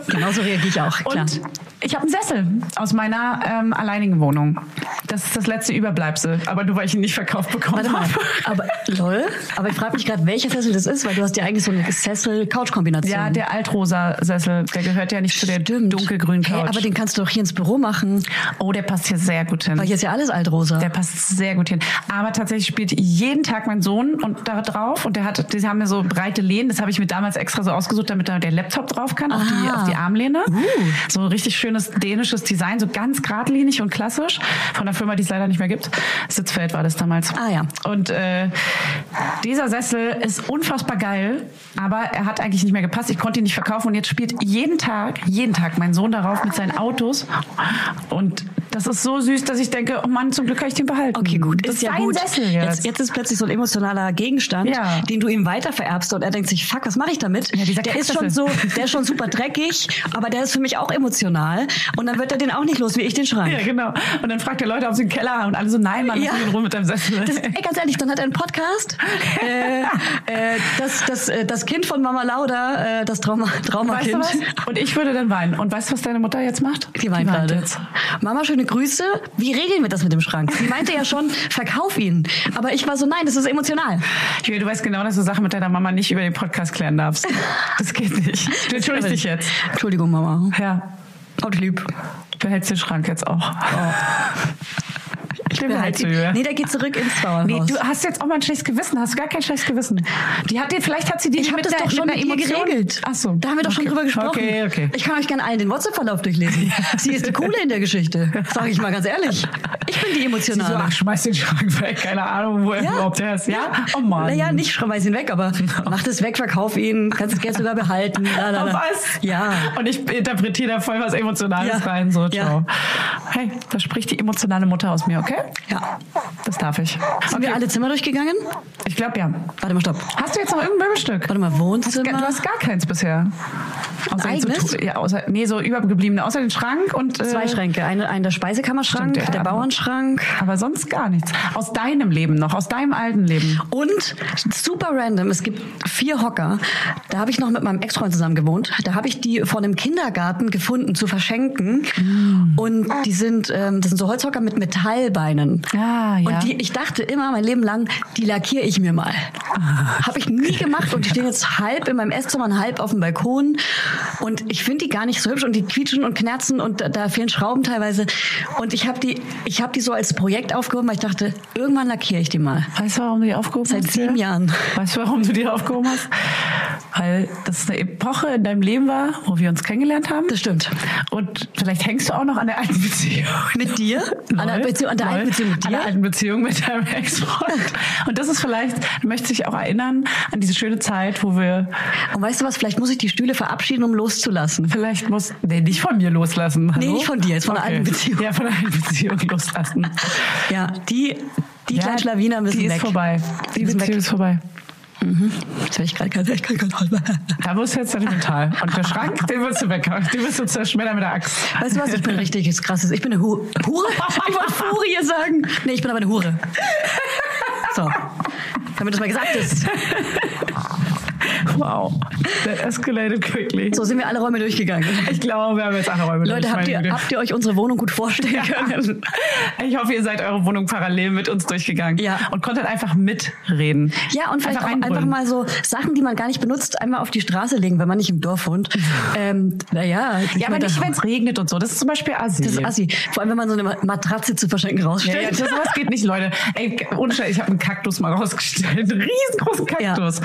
A: Genauso reagiere ich auch, klar.
B: Und ich habe einen Sessel aus meiner ähm, alleinigen Wohnung. Das ist das letzte Überbleibsel, aber nur weil ich ihn nicht verkauft
A: Warte
B: bekommen
A: mal,
B: habe.
A: aber lol, aber ich frage mich gerade, welcher Sessel das ist, weil du hast ja eigentlich so eine Sessel-Couch-Kombination.
B: Ja, der altrosa Sessel, der gehört ja nicht zu der
A: Stimmt.
B: dunkelgrünen Couch.
A: Hey, aber den kannst du doch hier ins Büro machen,
B: oh, der passt hier sehr gut
A: weil
B: hin.
A: hier ist ja alles altrosa.
B: Der passt sehr gut hin. Aber tatsächlich spielt jeden Tag mein Sohn und da drauf und der hat, die haben ja so breite Lehnen, das habe ich mir damals extra so ausgesucht, damit da der Laptop drauf kann, auf die,
A: Ah.
B: auf die Armlehne. So ein richtig schönes dänisches Design, so ganz geradlinig und klassisch von der Firma, die es leider nicht mehr gibt. Sitzfeld war das damals.
A: Ah, ja.
B: Und äh, dieser Sessel ist unfassbar geil, aber er hat eigentlich nicht mehr gepasst. Ich konnte ihn nicht verkaufen und jetzt spielt jeden Tag, jeden Tag mein Sohn darauf mit seinen Autos. Und das ist so süß, dass ich denke, oh Mann, zum Glück kann ich den behalten.
A: Okay, gut.
B: Mhm. Das
A: Ist ja
B: sein
A: gut.
B: Sessel jetzt.
A: Jetzt, jetzt ist plötzlich so ein emotionaler Gegenstand,
B: Ja.
A: den du ihm weitervererbst und er denkt sich, fuck, was mache ich damit?
B: Ja, dieser
A: der ist
B: Kacksessel.
A: schon so, der ist schon super dreckig, aber der ist für mich auch emotional und dann wird er den auch nicht los, wie ich den schreie.
B: Ja, genau. Und dann fragt der Leute, ob sie einen Keller haben und alle so, nein, Mann,
A: Ja.
B: lass mich in Ruhe mit deinem Sessel.
A: Das, ey, ganz ehrlich, dann hat er einen Podcast. Äh, äh, das, das, äh, das Kind von Mama Lauda, äh, das Trauma,
B: Weißt du
A: Traumakind.
B: was? Und ich würde dann weinen. Und weißt du, was deine Mutter jetzt macht?
A: Die weint gerade.
B: jetzt.
A: Mama, schöne Grüße. Wie regeln wir das mit dem Schrank? Sie meinte ja schon, verkauf ihn. Aber ich war so, nein, das ist emotional.
B: Julia, du weißt genau, dass du Sachen mit deiner Mama nicht über den Podcast klären darfst. Das geht nicht. Du entschuldigst dich jetzt.
A: Entschuldigung, Mama.
B: Ja,
A: Haut lieb.
B: behältst den Schrank jetzt auch.
A: Oh.
B: Ich
A: Behalt ihn. Nee, der geht zurück ins
B: Nee,
A: Trauerhaus.
B: du hast jetzt auch mal ein schlechtes Gewissen, hast du gar kein schlechtes Gewissen. Die hat dir, vielleicht hat sie die
A: ich habe
B: mit
A: das
B: der-
A: doch schon mit ihr
B: Emotion-
A: geregelt.
B: Ach so.
A: Da haben wir doch schon
B: Okay.
A: drüber gesprochen.
B: Okay, okay.
A: Ich kann euch gerne allen den WhatsApp-Verlauf durchlesen. Sie ist die Coole in der Geschichte. Sag ich mal ganz ehrlich. Ich bin die
B: Sie so,
A: Emotionale.
B: ach, schmeiß den Schrank weg, keine Ahnung, wo er überhaupt her ist. Ja? Oh Mann.
A: Naja, nicht schmeiß ihn weg, aber mach das weg, verkauf ihn, kannst das Geld sogar behalten. La, la, la.
B: Was?
A: Ja.
B: Und ich interpretiere da voll was Emotionales
A: Ja.
B: rein. So,
A: Ja.
B: ciao. Hey, da spricht die emotionale Mutter aus mir, okay?
A: Ja.
B: Das darf ich.
A: Sind wir alle Zimmer durchgegangen?
B: Ich glaube ja.
A: Warte mal, stopp.
B: Hast du jetzt noch irgendein Möbelstück?
A: Warte mal,
B: Du
A: Wohnzimmer.
B: hast gar keins bisher. Außer jetzt so
A: eigenes?
B: Tu- ja, außer, nee, so übergebliebene. Außer den Schrank und. äh,
A: Zwei Schränke. Eine, ein der Speisekammerschrank,
B: Stimmt, ja.
A: der Bauernschrank.
B: Aber sonst gar nichts. Aus deinem Leben noch, aus deinem alten Leben.
A: Und super random, es gibt vier Hocker. Da habe ich noch mit meinem Ex-Freund zusammen gewohnt. Da habe ich die von einem Kindergarten gefunden zu verschenken. Und die sind, ähm, das sind so Holzhocker mit Metallbeinen.
B: Ah, ja.
A: Und die, ich dachte immer mein Leben lang, die lackiere ich mir mal. Habe ich nie gemacht und die stehen jetzt halb in meinem Esszimmer und halb auf dem Balkon. Und ich finde die gar nicht so hübsch und die quietschen und knarzen und da, da fehlen Schrauben teilweise. Und ich habe die, ich habe die so als Projekt aufgehoben, weil ich dachte, irgendwann lackiere ich die mal.
B: Weißt du, warum du die aufgehoben
A: Seit
B: hast?
A: sieben
B: Julia?
A: Jahren.
B: Weißt du, warum du die aufgehoben hast? Weil das eine Epoche in deinem Leben war, wo wir uns kennengelernt haben.
A: Das stimmt.
B: Und vielleicht hängst du auch noch an der alten Beziehung.
A: Mit dir? An der,
B: Lol.
A: Beziehung, an der alten
B: Lol.
A: Beziehung mit
B: An der
A: dir?
B: alten Beziehung mit deinem Ex-Freund. Und das ist vielleicht, du möchtest dich auch erinnern an diese schöne Zeit, wo wir
A: Und weißt du was, vielleicht muss ich die Stühle verabschieden, um loszulassen.
B: vielleicht muss, nee, nicht von mir loslassen. Hallo?
A: Nee, nicht von dir, jetzt von der alten Beziehung.
B: Ja, von der alten Beziehung loslassen.
A: Ja, die, die
B: ja,
A: kleinen Schlawiner müssen
B: Die
A: weg.
B: ist vorbei. Die
A: müssen
B: Beziehung
A: weg.
B: ist vorbei.
A: Jetzt hab ich grad keine- ich kann grad-
B: Da musst du jetzt sentimental. Und der Schrank, den wirst du weghauen. Den wirst du zerschmettern mit der Axt.
A: Weißt du was, ich bin richtig ist krasses. Ich bin eine Hu Hure? Ich wollte Furie sagen. Nee, ich bin aber eine Hure. So, damit das mal gesagt ist.
B: Wow. That escalated quickly.
A: So sind wir alle Räume durchgegangen.
B: Ich glaube, wir haben jetzt andere Räume.
A: Leute,
B: durch.
A: habt ihr,
B: Meine Güte.
A: habt ihr euch unsere Wohnung gut vorstellen können?
B: Ich hoffe, ihr seid eure Wohnung parallel mit uns durchgegangen
A: Ja.
B: und konntet einfach mitreden.
A: Ja, und vielleicht auch einfach
B: reinbrüllen.
A: mal so Sachen, die man gar nicht benutzt, einmal auf die Straße legen, wenn man nicht im Dorf wohnt. Ähm, naja.
B: Ja, aber nicht, wenn es regnet und so. Das ist zum Beispiel Assi.
A: Das ist assi. Vor allem, wenn man so eine Ma- Matratze zu verschenken
B: Ja, ja,
A: rausstellt.
B: das, sowas geht nicht, Leute. Ey, ohne Scheiß, ich habe einen Kaktus mal rausgestellt. Einen riesengroßen Kaktus.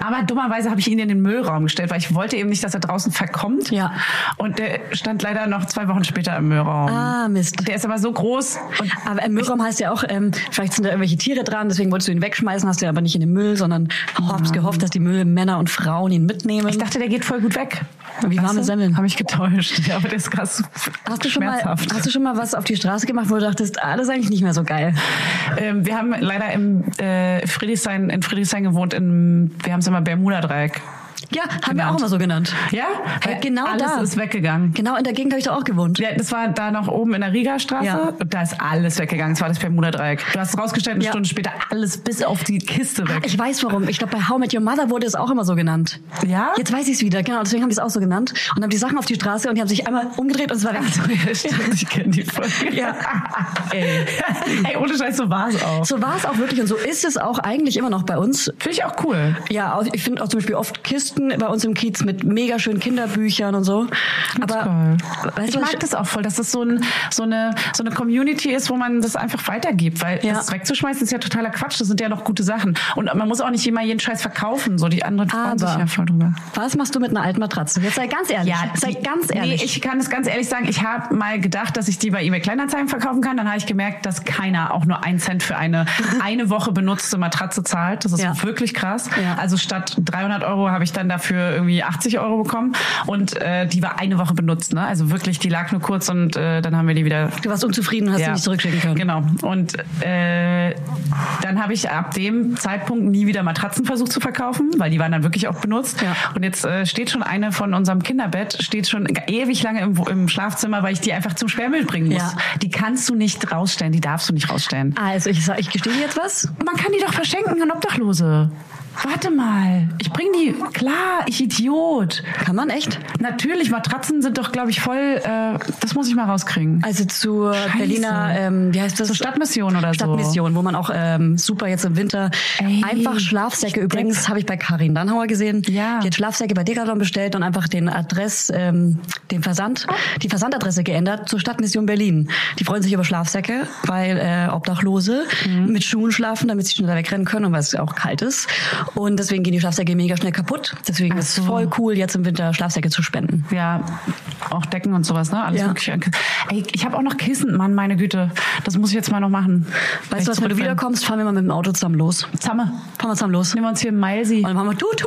B: Aber dummerweise habe ich ihn in den Müllraum gestellt, weil ich wollte eben nicht, dass er draußen verkommt.
A: Ja.
B: Und der stand leider noch zwei Wochen später im Müllraum.
A: Ah, Mist.
B: Der ist aber so groß. Und
A: Aber im Müllraum heißt ja auch, ähm, vielleicht sind da irgendwelche Tiere dran, deswegen wolltest du ihn wegschmeißen, hast du ihn aber nicht in den Müll, sondern hast gehofft, dass die Müllmänner und Frauen ihn mitnehmen.
B: ich dachte, der geht voll gut weg.
A: Wie warme Semmeln.
B: Habe ich getäuscht. Ja, aber der ist krass
A: Hast du, schon mal,
B: schmerzhaft.
A: hast du schon mal was auf die Straße gemacht, wo du dachtest, ah, das ist eigentlich nicht mehr so geil?
B: Ähm, wir haben leider im äh, Friedrichshain, in Friedrichshain gewohnt, in, wir haben es immer Bermuda-Dreieck.
A: Ja, haben wir
B: Genannt.
A: auch immer so genannt.
B: Ja? Äh,
A: Ja, genau
B: Alles
A: da.
B: ist weggegangen.
A: Genau, in der Gegend habe ich da auch gewohnt.
B: Ja, das war da noch oben in der Riga-Straße
A: Ja.
B: und da ist alles weggegangen. Es war das Bermuda-Dreieck. Du hast rausgestellt, eine
A: Ja.
B: Stunde später alles bis auf die Kiste weg.
A: Ich weiß warum. Ich glaube, bei How I Met Your Mother wurde es auch immer so genannt.
B: Ja?
A: Jetzt weiß ich es wieder. Genau, deswegen haben die es auch so genannt und haben die Sachen auf die Straße und die haben sich einmal umgedreht und es war weg.
B: Stimmt, ich kenne die Folge.
A: Ja.
B: Ey. Ey, ohne Scheiß, so war es auch.
A: So war es auch wirklich und so ist es auch eigentlich immer noch bei uns.
B: Finde ich auch cool.
A: Ja, auch- ich finde auch zum Beispiel oft Kist, Kästen bei uns im Kiez mit mega schönen Kinderbüchern und so. Aber weißt
B: Ich
A: du, was
B: mag das auch voll, dass das so, ein, so, eine, so eine Community ist, wo man das einfach weitergibt, weil
A: Ja.
B: das wegzuschmeißen ist ja totaler Quatsch. Das sind ja noch gute Sachen. Und man muss auch nicht immer jeden Scheiß verkaufen. So, die anderen freuen sich
A: Aber-
B: ja voll drüber.
A: Was machst du mit einer alten Matratze? Jetzt sei ganz ehrlich. sei
B: die-
A: ganz ehrlich.
B: Nee, ich kann es ganz ehrlich sagen, ich habe mal gedacht, dass ich die bei eBay Kleinanzeigen verkaufen kann. Dann habe ich gemerkt, dass keiner auch nur einen Cent für eine eine Woche benutzte Matratze zahlt. Das ist
A: Ja.
B: wirklich krass.
A: Ja.
B: Also statt 300 Euro habe ich dann dafür irgendwie 80 Euro bekommen. Und äh, die war eine Woche benutzt. Ne? Also wirklich, die lag nur kurz und äh, dann haben wir die wieder
A: du warst unzufrieden, hast sie nicht zurückschicken können.
B: Genau. Und äh, dann habe ich ab dem Zeitpunkt nie wieder Matratzen versucht zu verkaufen, weil die waren dann wirklich auch benutzt.
A: Ja.
B: Und jetzt äh, steht schon eine von unserem Kinderbett, steht schon ewig lange im, im Schlafzimmer, weil ich die einfach zum Sperrmüll bringen muss.
A: Ja.
B: Die kannst du nicht rausstellen, die darfst du nicht rausstellen.
A: Also ich sag, ich gestehe dir jetzt was.
B: Man kann die doch verschenken an Obdachlose. Warte mal, ich bring die. Klar, ich Idiot.
A: Kann man echt?
B: Natürlich, Matratzen sind doch, glaube ich, voll. Äh, das muss ich mal rauskriegen.
A: Also zur
B: Scheiße.
A: Berliner, ähm, wie heißt das?
B: Zur Stadtmission oder so.
A: Stadtmission, wo man auch ähm, super jetzt im Winter
B: Ey,
A: einfach Schlafsäcke. Übrigens habe ich bei Karin Dannhauer gesehen.
B: Ja.
A: Die hat Schlafsäcke bei Decathlon bestellt und einfach den Adress, ähm, den Versand,
B: Ah.
A: die Versandadresse geändert zur Stadtmission Berlin. Die freuen sich über Schlafsäcke, weil äh, Obdachlose
B: Mhm.
A: mit Schuhen schlafen, damit sie schneller wegrennen können und weil es auch kalt ist. Und deswegen gehen die Schlafsäcke mega schnell kaputt. Deswegen
B: Ach
A: ist
B: so.
A: es voll cool, jetzt im Winter Schlafsäcke zu spenden.
B: Ja, auch Decken und sowas, ne? Alles
A: Ja.
B: mögliche. an Kissen. Ey, ich habe auch noch Kissen, Mann, meine Güte. Das muss ich jetzt mal noch machen.
A: Weißt du was, wenn du wiederkommst, fahren wir mal mit dem Auto zusammen los.
B: Zamme,
A: Fahren wir zusammen los.
B: nehmen wir uns hier einen Meilsi.
A: Und dann machen wir tut,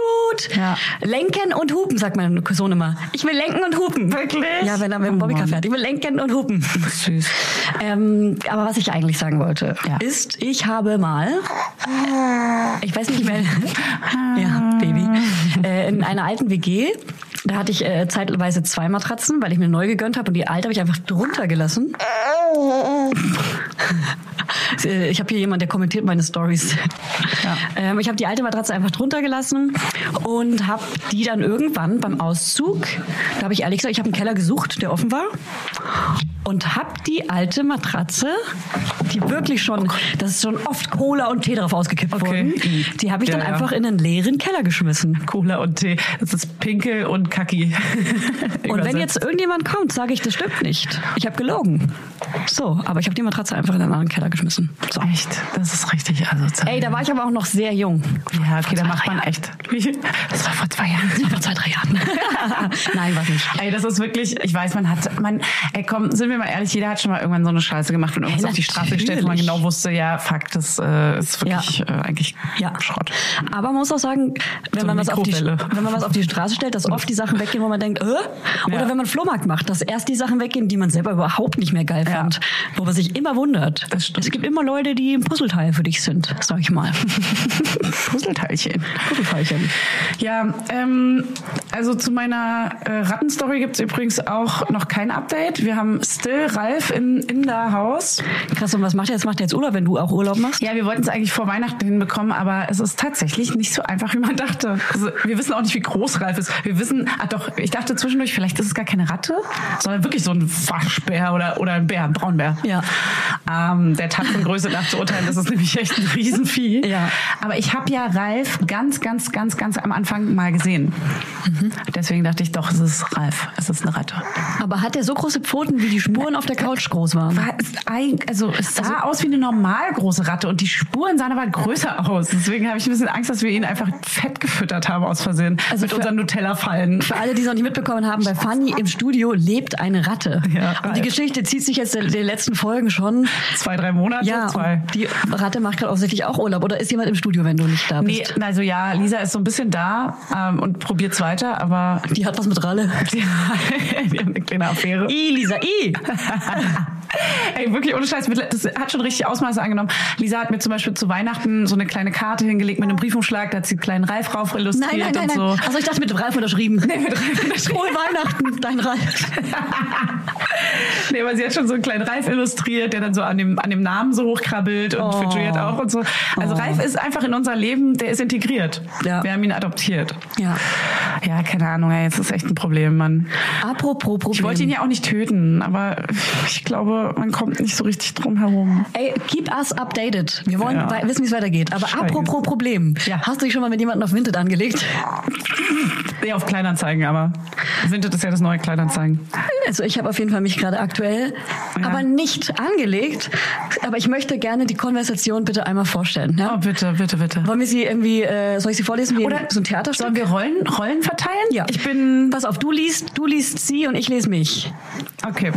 A: tut.
B: Ja.
A: Lenken und hupen, sagt mein Sohn immer. Ich will lenken und hupen.
B: Wirklich?
A: Ja, wenn er mit dem
B: Oh
A: Bobbycar
B: Mann.
A: fährt. Ich will lenken und hupen.
B: Süß.
A: Ähm, aber was ich eigentlich sagen wollte,
B: Ja.
A: ist, ich habe mal, ich weiß nicht mehr, ja, Baby, äh, in einer alten WG, da hatte ich äh, zeitweise zwei Matratzen, weil ich mir neu gegönnt habe und die alte habe ich einfach drunter gelassen. Äh, Ich habe hier jemand, der kommentiert meine Stories. Ähm, ich habe die alte Matratze einfach drunter gelassen und habe die dann irgendwann beim Auszug, da habe ich ehrlich gesagt, ich habe einen Keller gesucht, der offen war und habe die alte Matratze, die wirklich schon, das ist schon oft Cola und Tee drauf ausgekippt
B: Oh Okay.
A: wurden, die habe ich
B: Ja,
A: dann
B: ja.
A: einfach in einen leeren Keller geschmissen.
B: Cola und Tee. Das ist Pinkel und Kacki.
A: Und wenn jetzt irgendjemand kommt, sage ich, das stimmt nicht. Ich habe gelogen. So, aber ich habe die Matratze einfach in einen anderen Keller geschmissen. So.
B: Echt, das ist richtig asozial.
A: Ey, da war ich aber auch noch sehr jung.
B: ja, okay, da
A: zwei,
B: macht
A: drei
B: man
A: Jahren.
B: echt. Das war vor zwei Jahren.
A: Das war vor zwei, drei Jahren. Nein, war nicht.
B: Ey, das ist wirklich, ich weiß, man hat, man, ey, komm, sind wir mal ehrlich, jeder hat schon mal irgendwann so eine Scheiße gemacht und irgendwas
A: Ey,
B: auf die Straße gestellt, wo man
A: natürlich.
B: genau wusste, ja, fuck, das äh, ist wirklich äh, eigentlich
A: Ja.
B: Schrott.
A: Aber man muss auch sagen, wenn,
B: So
A: man
B: eine
A: was auf die,
B: Mikrowelle.
A: wenn man was auf die Straße stellt, dass oft die Sachen weggehen, wo man denkt, äh? oder
B: Ja.
A: wenn man Flohmarkt macht, dass erst die Sachen weggehen, die man selber überhaupt nicht mehr geil
B: Ja.
A: fand, wo man sich immer wundert.
B: Das stimmt.
A: Es gibt immer Leute, die ein Puzzleteil für dich sind, sag ich mal.
B: Puzzleteilchen.
A: Puzzleteilchen.
B: Ja, ähm, also zu meiner äh, Rattenstory gibt's übrigens auch noch kein Update. Wir haben still Ralf im Inderhaus.
A: Krass, und was macht er jetzt? Macht er jetzt Urlaub, wenn du auch Urlaub machst?
B: Ja, wir wollten es eigentlich vor Weihnachten hinbekommen, aber es ist tatsächlich nicht so einfach, wie man dachte. Also, wir wissen auch nicht, wie groß Ralf ist. Wir wissen, ah doch, ich dachte zwischendurch, vielleicht ist es gar keine Ratte, sondern wirklich so ein Waschbär oder, oder ein Bär, ein Braunbär.
A: Ja.
B: Ähm, der Tatzengröße nach zu urteilen, das ist nämlich echt ein Riesenvieh.
A: Ja.
B: Aber ich habe ja Ralf ganz, ganz, ganz, ganz am Anfang mal gesehen.
A: Mhm.
B: Deswegen dachte ich, doch, es ist Ralf, es ist eine Ratte.
A: Aber hat er so große Pfoten, wie die Spuren auf der Couch groß waren?
B: War es ein, also es sah aus wie eine normal große Ratte und die Spuren sahen aber größer aus. Deswegen habe ich ein bisschen Angst, dass wir ihn einfach fett gefüttert haben aus Versehen
A: Also
B: mit
A: für-
B: unseren Nutella-Fallen.
A: Für alle, die es noch nicht mitbekommen haben, bei Fanny im Studio lebt eine Ratte.
B: Ja,
A: und die
B: Ralf.
A: Geschichte zieht sich jetzt in den letzten Folgen schon.
B: Zwei, drei Monate,
A: Ja,
B: Also zwei.
A: und die Ratte macht gerade offensichtlich auch Urlaub. Oder ist jemand im Studio, wenn du nicht da
B: Nee,
A: bist?
B: also ja, Lisa ist so ein bisschen da ähm, und probiert's weiter, aber
A: Die hat was mit Ralle.
B: die, die haben eine kleine Affäre.
A: I, Lisa, I.
B: Ey, wirklich ohne Scheiß, mit- das hat schon richtig Ausmaße angenommen. Lisa hat mir zum Beispiel zu Weihnachten so eine kleine Karte hingelegt mit einem Briefumschlag, da hat sie einen kleinen Ralf rauf illustriert
A: Nein, nein, nein,
B: und
A: nein.
B: so.
A: Also ich dachte mit Ralf unterschrieben. Nee, mit Ralf Frohe Weihnachten, dein Ralf.
B: Nee, aber sie hat schon so einen kleinen Ralf illustriert, der dann so an dem, an dem Namen so hochkrabbelt und für
A: Oh.
B: Juliet auch und so. Also
A: Oh.
B: Ralf ist einfach in unser Leben, der ist integriert.
A: Ja.
B: Wir haben ihn adoptiert.
A: Ja.
B: Ja, keine Ahnung, ey, es ist echt ein Problem, Mann.
A: Apropos Problem.
B: Ich wollte ihn ja auch nicht töten, aber ich glaube, man kommt nicht so richtig drum herum.
A: Ey, keep us updated. Wir wollen
B: Ja.
A: wei- wissen, wie es weitergeht. Aber
B: Scheiße.
A: apropos Problem.
B: Ja.
A: Hast du dich schon mal mit jemandem auf Vinted angelegt?
B: Nee, auf Kleinanzeigen, aber Vinted ist ja das neue Kleinanzeigen.
A: Also ich habe auf jeden Fall mich gerade aktuell,
B: Ja.
A: aber nicht angelegt. Aber ich möchte gerne die Konversation bitte einmal vorstellen. Ja?
B: Oh, bitte, bitte, bitte.
A: Wollen wir sie irgendwie, äh, soll ich sie vorlesen wie
B: Oder
A: so ein Theaterstück?
B: Sollen wir Rollen, Rollen verteilen?
A: ja.
B: Ich bin.
A: Pass auf, du liest, du liest sie und ich lese mich.
B: Okay,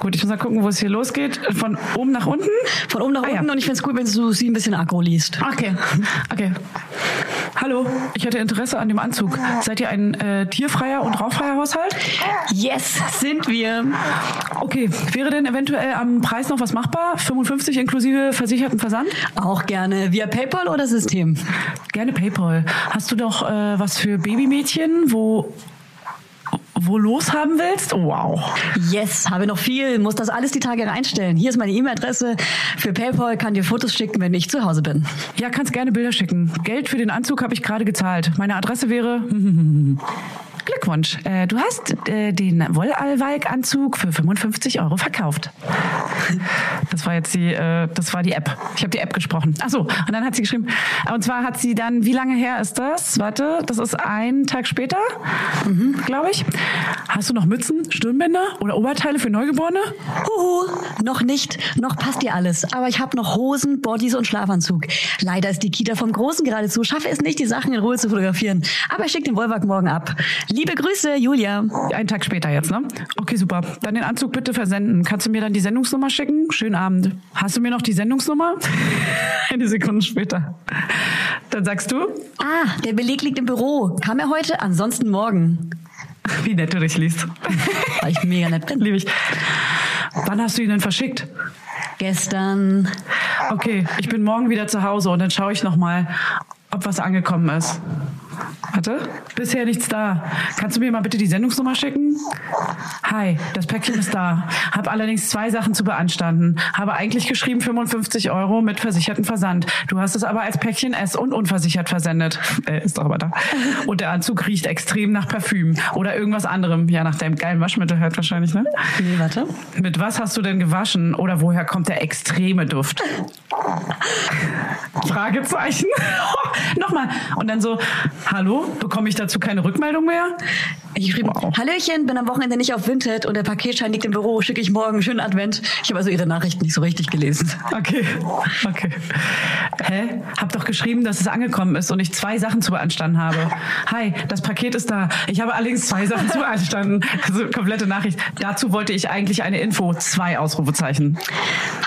B: gut, ich muss mal gucken, wo es hier losgeht. Von oben nach unten?
A: Von oben nach
B: Ah, ja.
A: unten und ich find's gut, wenn du sie ein bisschen aggro liest.
B: Ah, Okay, okay. Hallo, ich hätte Interesse an dem Anzug. Seid ihr ein äh, tierfreier und rauffreier Haushalt?
A: Yes, sind wir.
B: Okay, wäre denn eventuell am Preis noch was machbar? 55 inklusive versicherten Versand?
A: Auch gerne via PayPal oder System.
B: Gerne PayPal. Hast du doch äh, was für Babymädchen, wo wo los haben willst? Wow.
A: Yes, habe noch viel, muss das alles die Tage reinstellen. Hier ist meine E-Mail-Adresse. Für PayPal kann dir Fotos schicken, wenn ich zu Hause bin.
B: Ja, kannst gerne Bilder schicken. Geld für den Anzug habe ich gerade gezahlt. Meine Adresse wäre. Glückwunsch. Äh, du hast äh, den Wollallwalk-Anzug für 55 Euro verkauft. Das war jetzt die, äh, das war die App. Ich habe die App gesprochen. Ach so, und dann hat sie geschrieben. Und zwar hat sie dann, wie lange her ist das? Warte, das ist ein Tag später, glaube ich. Hast du noch Mützen, Stirnbänder oder Oberteile für Neugeborene?
A: Huhu, noch nicht, noch passt dir alles. Aber ich habe noch Hosen, Bodies und Schlafanzug. Leider ist die Kita vom Großen geradezu. Schaffe es nicht, die Sachen in Ruhe zu fotografieren. Aber schick den Wollwack morgen ab. Liebe Grüße, Julia.
B: Einen Tag später jetzt, ne? Okay, super. Dann den Anzug bitte versenden. Kannst du mir dann die Sendungsnummer schicken? Schönen Abend. Hast du mir noch die Sendungsnummer? Eine Sekunde später. Dann sagst du,
A: Ah, der Beleg liegt im Büro. Kam er heute? Ansonsten morgen.
B: wie nett du dich liest.
A: Weil ich mega nett bin.
B: Liebe ich. Wann hast du ihn denn verschickt?
A: Gestern.
B: Okay, ich bin morgen wieder zu Hause und dann schaue ich nochmal, ob was angekommen ist. Warte, bisher nichts da. Kannst du mir mal bitte die Sendungsnummer schicken? Hi, das Päckchen ist da. Hab allerdings zwei Sachen zu beanstanden. Habe eigentlich geschrieben 55 Euro mit versicherten Versand. Du hast es aber als Päckchen S und unversichert versendet. Äh, ist doch aber da. Und der Anzug riecht extrem nach Parfüm oder irgendwas anderem. Ja, nach deinem geilen Waschmittel halt wahrscheinlich, ne?
A: Nee, warte.
B: Mit was hast du denn gewaschen oder woher kommt der extreme Duft? Fragezeichen. Nochmal. Und dann so, hallo, bekomme ich dazu keine Rückmeldung mehr?
A: Ich schrieb,
B: Wow.
A: Hallöchen, bin am Wochenende nicht auf Vinted und der Paketschein liegt im Büro. Schicke ich morgen. Schönen Advent. Ich habe also ihre Nachrichten nicht so richtig gelesen.
B: Okay, okay. Hä? Hab doch geschrieben, dass es angekommen ist und ich zwei Sachen zu beanstanden habe. Hi, das Paket ist da. Ich habe allerdings zwei Sachen zu beanstanden. Also komplette Nachricht. Dazu wollte ich eigentlich eine Info. Zwei Ausrufezeichen.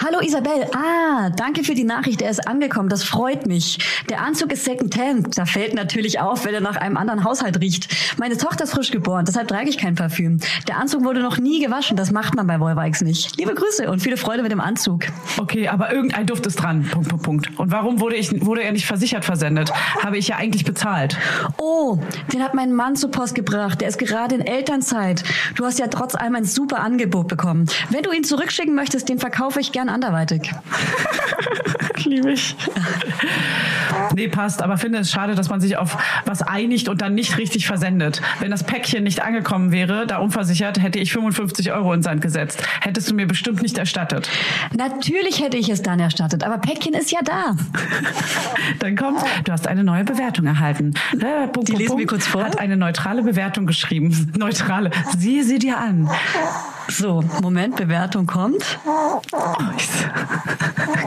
A: Hallo Isabel. Ah, danke für die Nachricht. Er ist angekommen. Das freut mich. Der Anzug ist Secondhand. Da fällt natürlich auf, wenn er nach einem anderen Haushalt riecht. Meine Tochter ist frisch geboren, deshalb trage ich kein Parfüm. Der Anzug wurde noch nie gewaschen. Das macht man bei Wollwikes nicht. Liebe Grüße und viele Freude mit dem Anzug.
B: Okay, aber irgendein Duft ist dran. Punkt, Punkt, Punkt. Und warum wurde, ich, wurde er nicht versichert versendet? Habe ich ja eigentlich bezahlt.
A: Oh, den hat mein Mann zur Post gebracht. Der ist gerade in Elternzeit. Du hast ja trotz allem ein super Angebot bekommen. Wenn du ihn zurückschicken möchtest, den verkaufe ich gern anderweitig.
B: Liebe ich. Nee, passt, aber finde es schade, dass man sich auf was einigt und dann nicht richtig versendet. Wenn das Päckchen nicht angekommen wäre, da unversichert, hätte ich 55 Euro in Sand gesetzt. Hättest du mir bestimmt nicht erstattet.
A: Natürlich hätte ich es dann erstattet, aber Päckchen ist ja da.
B: Dann kommt, du hast eine neue Bewertung erhalten.
A: Die
B: Äh, Punkt, Punkt,
A: lesen wir
B: Punkt,
A: kurz vor.
B: Hat eine neutrale Bewertung geschrieben. Neutrale. Siehe sie dir an.
A: So, Moment, Bewertung kommt.
B: Oh,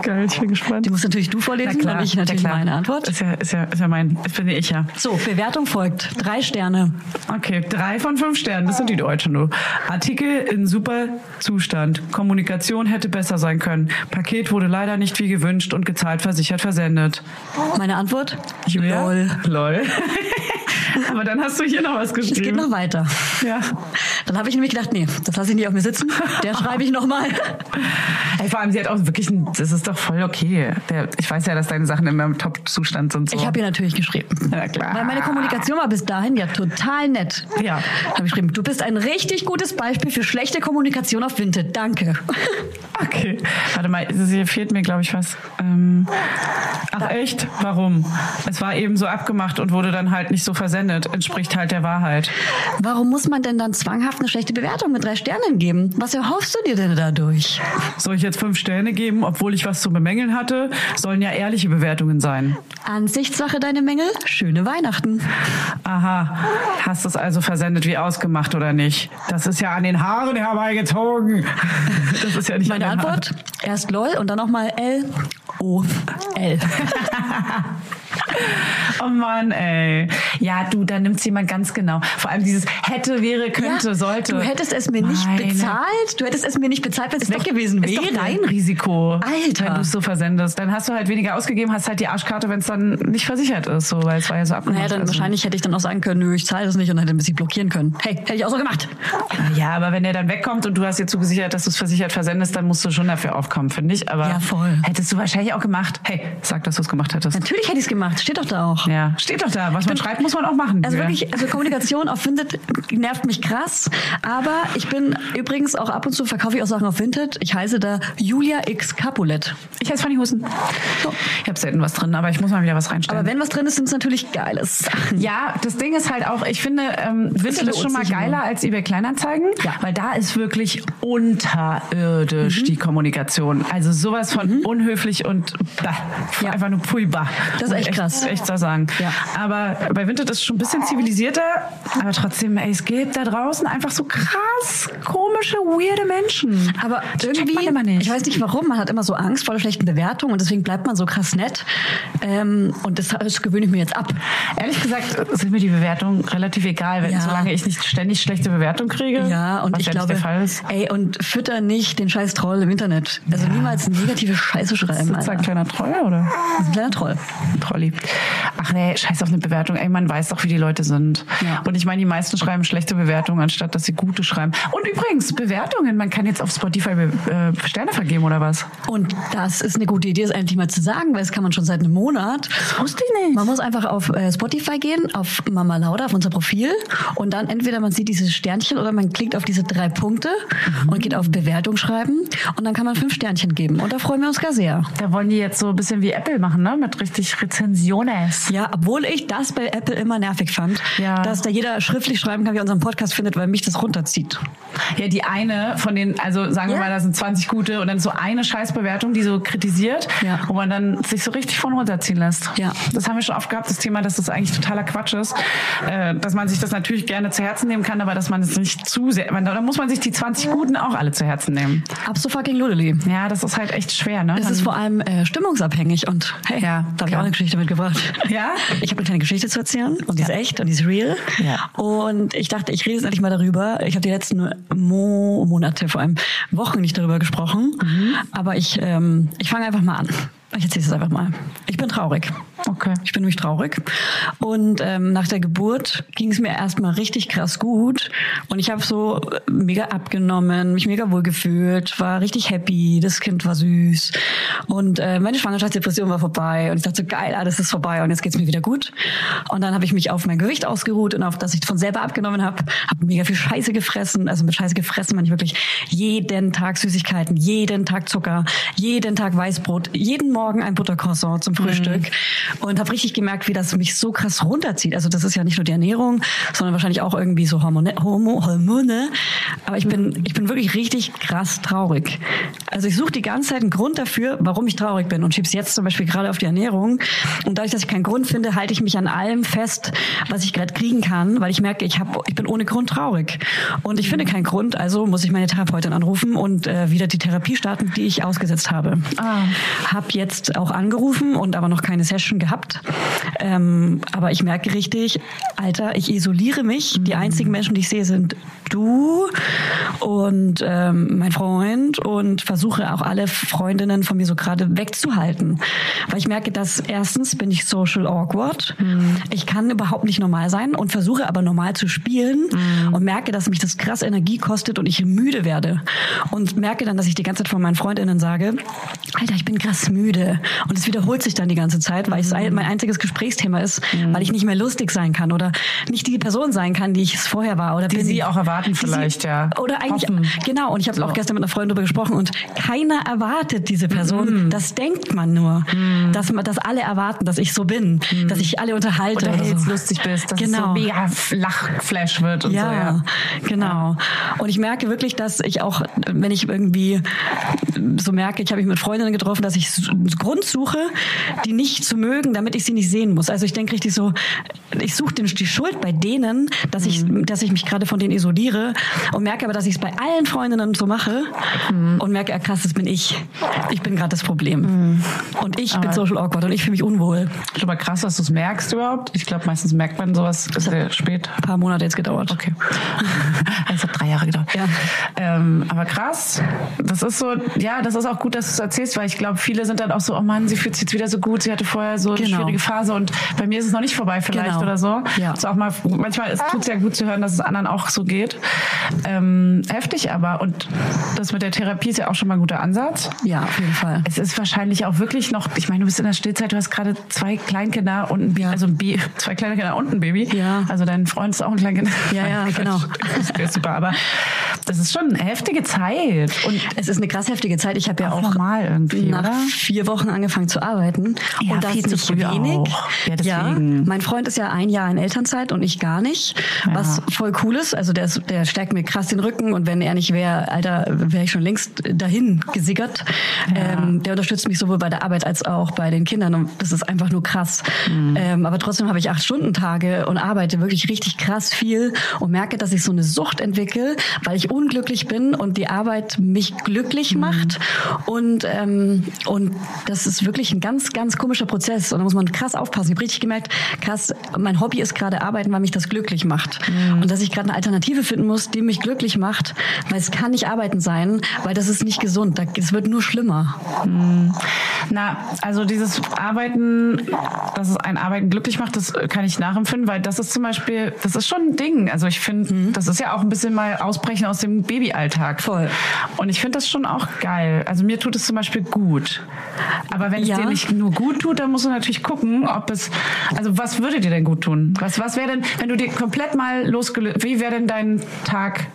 B: Geil, ich bin gespannt.
A: Die muss natürlich du
B: Na
A: vorlesen,
B: klar,
A: und ich natürlich
B: na klar.
A: meine Antwort.
B: Ist ja, ist ja, ist ja mein, das finde ich ja.
A: So, Bewertung folgt. Drei Sterne.
B: Okay, drei von fünf Sternen, das sind die Deutschen nur. Artikel in super Zustand. Kommunikation hätte besser sein können. Paket wurde leider nicht wie gewünscht und gezahlt versichert versendet.
A: Meine Antwort?
B: Julia?
A: Lol.
B: Lol. Aber dann hast du hier noch was
A: Es geht
B: geschrieben.
A: noch weiter.
B: ja.
A: Dann habe ich nämlich gedacht, nee, das lasse ich nicht auf mir sitzen. Der schreibe ich nochmal.
B: Ey, vor allem, sie hat auch wirklich ein, das ist doch voll okay. Der, ich weiß ja, dass deine Sachen immer im Top-Zustand sind. So.
A: Ich habe ihr natürlich geschrieben.
B: Na klar.
A: Weil meine Kommunikation war bis dahin ja total nett.
B: Ja.
A: Habe ich geschrieben, du bist ein richtig gutes Beispiel für schlechte Kommunikation auf Vinted. Danke.
B: Okay. Warte mal, es- hier fehlt mir, glaube ich, was. Ähm, ach echt? Warum? Es war eben so abgemacht und wurde dann halt nicht so versendet. Entspricht halt der Wahrheit.
A: Warum muss man denn dann zwanghaft eine schlechte Bewertung mit drei Sternen geben? Was erhoffst du dir denn dadurch?
B: Soll ich jetzt fünf Sterne geben, obwohl ich was zu bemängeln hatte? Sollen ja ehrliche Bewertungen sein.
A: Ansichtssache deine Mängel? Schöne Weihnachten.
B: Aha, hast es also versendet wie ausgemacht oder nicht? Das ist ja an den Haaren herbeigezogen. Das ist ja nicht
A: Meine
B: an den
A: Antwort? Erst LOL und dann nochmal L. O. L.
B: Haaren. Oh Mann, ey. Ja, du, da nimmt's jemand ganz genau. Vor allem dieses hätte, wäre, könnte,
A: Ja,
B: sollte.
A: Du hättest es mir nicht
B: Meine
A: bezahlt. Du hättest es mir nicht bezahlt, wenn es weg
B: doch-
A: gewesen
B: ist
A: wäre.
B: Doch dein Risiko,
A: Alter.
B: wenn du es so versendest. Dann hast du halt weniger ausgegeben, hast halt die Arschkarte, wenn es dann nicht versichert ist, so, weil es war ja so abgemacht.
A: Naja, dann
B: also.
A: wahrscheinlich hätte ich dann auch sagen können, nö, ich zahle das nicht und hätte ein bisschen blockieren können. Hey, hätte ich auch so gemacht.
B: Ja, aber wenn der dann wegkommt und du hast dir zugesichert, dass du es versichert versendest, dann musst du schon dafür aufkommen, finde ich. Aber
A: Ja, voll.
B: hättest du wahrscheinlich auch gemacht. Hey, sag, dass du es gemacht hättest.
A: Natürlich hätte ich es gemacht. Steht doch da auch.
B: Ja, steht doch da. Was man schreibt, muss man auch machen.
A: Also
B: Ja.
A: wirklich, also Kommunikation auf Vinted nervt mich krass. Aber ich bin übrigens auch ab und zu verkaufe ich auch Sachen auf Vinted. Ich heiße da Julia X Capulet.
B: Ich heiße Fanny Husen. Ich habe selten was drin, aber ich muss mal wieder was reinstellen.
A: Aber wenn was drin ist, sind es natürlich geiles Sachen.
B: Ja, das Ding ist halt auch, ich finde, ähm, Vinted
A: viele
B: ist schon mal
A: unsicher.
B: geiler als eBay Kleinanzeigen,
A: Ja. Mhm.
B: weil da ist wirklich unterirdisch die Kommunikation. Also sowas von unhöflich und bah,
A: Ja.
B: einfach nur pui bah.
A: Das ist
B: Muss
A: echt
B: ich
A: krass.
B: Echt so sagen.
A: Ja.
B: Aber bei Vinted ist es schon ein bisschen zivilisierter, aber trotzdem, ey, es gibt da draußen einfach so krass komische, weirde Menschen.
A: Aber
B: Die checkt
A: irgendwie,
B: man immer nicht.
A: ich weiß nicht warum, man hat immer so Angst vor der schlechten Bewertung und deswegen bleibt man so krass nett. Ähm, und das, das gewöhne ich mir jetzt ab.
B: Ehrlich gesagt sind mir die Bewertungen relativ egal, wenn,
A: Ja.
B: solange ich nicht ständig schlechte Bewertungen kriege.
A: Ja, und
B: was
A: ich
B: ja
A: glaube,
B: nicht der Fall ist.
A: ey, und fütter nicht den scheiß Troll im Internet. Also niemals negative Scheiße schreiben,
B: Ist das ein
A: Alter.
B: kleiner Treuer oder?
A: Das ist ein kleiner Troll.
B: Trolli. Ach nee, scheiß auf eine Bewertung. Ey, man weiß doch, wie die Leute sind.
A: Ja.
B: Und ich meine, die meisten schreiben schlechte Bewertungen, anstatt dass sie gute schreiben. Und übrigens, Bewertungen. Man kann jetzt auf Spotify Be- äh, Sterne vergeben oder was?
A: Und das ist eine gute Idee, das endlich mal zu sagen, weil das kann man schon seit einem Monat. Das wusste ich nicht. Man muss einfach auf äh, Spotify gehen, auf Mama Lauda, auf unser Profil und dann entweder man sieht dieses Sternchen oder man klickt auf diese drei Punkte und geht auf Bewertung schreiben und dann kann man fünf Sternchen geben und da freuen wir uns gar sehr.
B: Da wollen die jetzt so ein bisschen wie Apple machen, ne? Mit richtig Rezensiones.
A: Ja, obwohl ich das bei Apple immer nervig fand,
B: Ja.
A: dass da jeder schriftlich schreiben kann, wie er unseren Podcast findet, weil mich das runterzieht.
B: Ja, die eine von den, also sagen wir
A: Ja.
B: mal, da sind 20 gute und dann so eine Scheißbewertung, die so kritisiert,
A: Ja.
B: wo man dann sich so richtig von runterziehen lässt.
A: Ja.
B: Das haben wir schon oft gehabt, das Thema, dass das eigentlich totaler Quatsch ist, äh, dass man sich das natürlich gerne zu Herzen nehmen kann, aber dass man es nicht zu sehr, man, da muss man sich die 20 Guten auch alle zu Herzen nehmen.
A: Ab so fucking Ludeli.
B: Ja, das ist halt echt schwer, ne?
A: Es ist vor allem äh, stimmungsabhängig und hey,
B: Ja,
A: da habe ich
B: klar.
A: auch eine Geschichte mitgebracht.
B: Ja?
A: Ich habe eine kleine Geschichte zu erzählen und die ist echt und die ist real.
B: Ja.
A: Und ich dachte, ich rede jetzt endlich mal darüber. Ich habe die letzten Mo Monate, vor allem Wochen nicht darüber gesprochen.
B: Mhm.
A: Aber ich, ähm, ich fange einfach mal an. Ich erzähle es einfach mal. Ich bin traurig.
B: Okay.
A: Ich bin nämlich traurig. Und ähm, nach der Geburt ging es mir erstmal richtig krass gut. Und ich habe so äh, mega abgenommen, mich mega wohl gefühlt, war richtig happy, das Kind war süß. Und äh, meine Schwangerschaftsdepression war vorbei. Und ich dachte so, geil, alles ist vorbei und jetzt geht's mir wieder gut. Und dann habe ich mich auf mein Gewicht ausgeruht und auf das ich von selber abgenommen habe. Habe mega viel Scheiße gefressen. Also mit Scheiße gefressen meine ich wirklich jeden Tag Süßigkeiten, jeden Tag Zucker, jeden Tag Weißbrot, jeden Morgen ein Buttercroissant zum Frühstück und habe richtig gemerkt, wie das mich so krass runterzieht. Also das ist ja nicht nur die Ernährung, sondern wahrscheinlich auch irgendwie so Hormone. Homo, Hormone. Aber ich bin, ich bin wirklich richtig krass traurig. Also ich suche die ganze Zeit einen Grund dafür, warum ich traurig bin und schieb's jetzt zum Beispiel gerade auf die Ernährung. Und dadurch, dass ich keinen Grund finde, halte ich mich an allem fest, was ich gerade kriegen kann, weil ich merke, ich habe, ich bin ohne Grund traurig. Und ich finde keinen Grund, also muss ich meine Therapeutin anrufen und äh, wieder die Therapie starten, die ich ausgesetzt habe. Hab jetzt jetzt auch angerufen und aber noch keine Session gehabt. Ähm, aber ich merke richtig, Alter, ich isoliere mich. Die einzigen Menschen, die ich sehe, sind du und ähm, mein Freund und versuche auch alle Freundinnen von mir so gerade wegzuhalten. Weil ich merke, dass erstens bin ich social awkward. Ich kann überhaupt nicht normal sein und versuche aber normal zu spielen und merke, dass mich das krass Energie kostet und ich müde werde. Und merke dann, dass ich die ganze Zeit von meinen Freundinnen sage, Alter, ich bin krass müde. Und es wiederholt sich dann die ganze Zeit, weil es ein- mein einziges Gesprächsthema ist, weil ich nicht mehr lustig sein kann oder nicht die Person sein kann, die ich es vorher war oder
B: Die
A: bin
B: sie
A: ich-
B: auch erwarten
A: die sie-
B: vielleicht, ja.
A: Oder eigentlich,
B: Hoffen.
A: genau. Und ich habe auch gestern mit einer Freundin darüber gesprochen und keiner erwartet diese Person.
B: Mm.
A: Das denkt man nur, dass man, dass alle erwarten, dass ich so bin, dass ich alle unterhalte
B: Mm. Oder
A: oder
B: hältst
A: so.
B: lustig bist, dass
A: Genau.
B: es so mega Lachflash wird und so.
A: Ja,
B: Ja.
A: genau. Und ich merke wirklich, dass ich auch, wenn ich irgendwie so merke, ich habe mich mit Freundinnen getroffen, dass ich s- einen Grund suche, die nicht zu mögen, damit ich sie nicht sehen muss. Also ich denke richtig so, ich suche den- die Schuld bei denen, dass ich,
B: Mhm.
A: dass ich mich gerade von denen isoliere und merke aber, dass ich es bei allen Freundinnen so mache
B: Mhm.
A: und merke, ah, krass, das bin ich. Ich bin gerade das Problem.
B: Mhm.
A: Und ich bin social awkward und ich fühle mich unwohl.
B: Ist aber krass, dass du es merkst überhaupt. Ich glaube, meistens merkt man sowas sehr spät.
A: Ein paar Monate jetzt gedauert.
B: Okay. Es hat drei Jahre gedauert.
A: Ja.
B: Ähm, aber krass. Das ist so, ja, das ist auch gut, dass du es erzählst, weil ich glaube, viele sind dann auch so, oh Mann, sie fühlt sich jetzt wieder so gut, sie hatte vorher so eine
A: Genau.
B: schwierige Phase und bei mir ist es noch nicht vorbei vielleicht
A: Genau.
B: oder so.
A: Ja.
B: Ist auch mal, manchmal es tut es ja gut zu hören, dass es anderen auch so geht. Ähm, heftig aber. Und das mit der Therapie ist ja auch schon mal ein guter Ansatz.
A: Ja, auf jeden Fall.
B: Es ist wahrscheinlich auch wirklich noch, ich meine, du bist in der Stillzeit, du hast gerade zwei Kleinkinder und ein Baby, also ein Baby, zwei kleine Kinder und ein Baby.
A: Ja.
B: Also dein Freund ist auch ein Kleinkind.
A: Ja, ja,
B: Quatsch.
A: genau.
B: Das ist super, aber das ist schon eine heftige Zeit und
A: Es ist eine krass heftige Zeit. Ich habe ja
B: auch
A: auch
B: normal irgendwie,
A: nach
B: oder?
A: vier Wochen angefangen zu arbeiten.
B: Ja,
A: und das
B: viel zu
A: nicht
B: früh
A: wenig.
B: auch. Ja, deswegen.
A: mein Freund ist ja ein Jahr in Elternzeit und ich gar nicht. Was voll cool ist. Also der, ist, der stärkt mir krass den Rücken und wenn er nicht wäre, Alter, wäre ich schon längst dahin gesickert. Ähm, der unterstützt mich sowohl bei der Arbeit als auch bei den Kindern und das ist einfach nur krass.
B: Mhm.
A: Ähm, aber trotzdem habe ich acht Stunden Tage und arbeite wirklich richtig krass viel und merke, dass ich so eine Sucht entwickle, weil ich unglücklich bin und die Arbeit mich glücklich macht. Und, ähm, und das ist wirklich ein ganz, ganz komischer Prozess. Und da muss man krass aufpassen. Ich habe richtig gemerkt, krass, mein Hobby ist gerade arbeiten, weil mich das glücklich macht. Und dass ich gerade eine Alternative finden muss, die mich glücklich macht, weil es kann nicht arbeiten sein, weil das ist nicht gesund. Da- Es wird nur schlimmer.
B: Na, also dieses Arbeiten, dass es ein Arbeiten glücklich macht, das kann ich nachempfinden, weil das ist zum Beispiel, das ist schon ein Ding. Also ich finde, das ist ja auch ein bisschen mal ausbrechen aus dem Babyalltag.
A: Mhm. Voll.
B: Und ich finde das schon auch geil. Also mir tut es zum Beispiel gut. Aber wenn es
A: Ja.
B: dir nicht nur gut tut, dann musst du natürlich gucken, ob es, also was würde dir denn gut tun? Was, was wäre denn, wenn du dir komplett mal losgelöst, wie wäre denn dein Tag,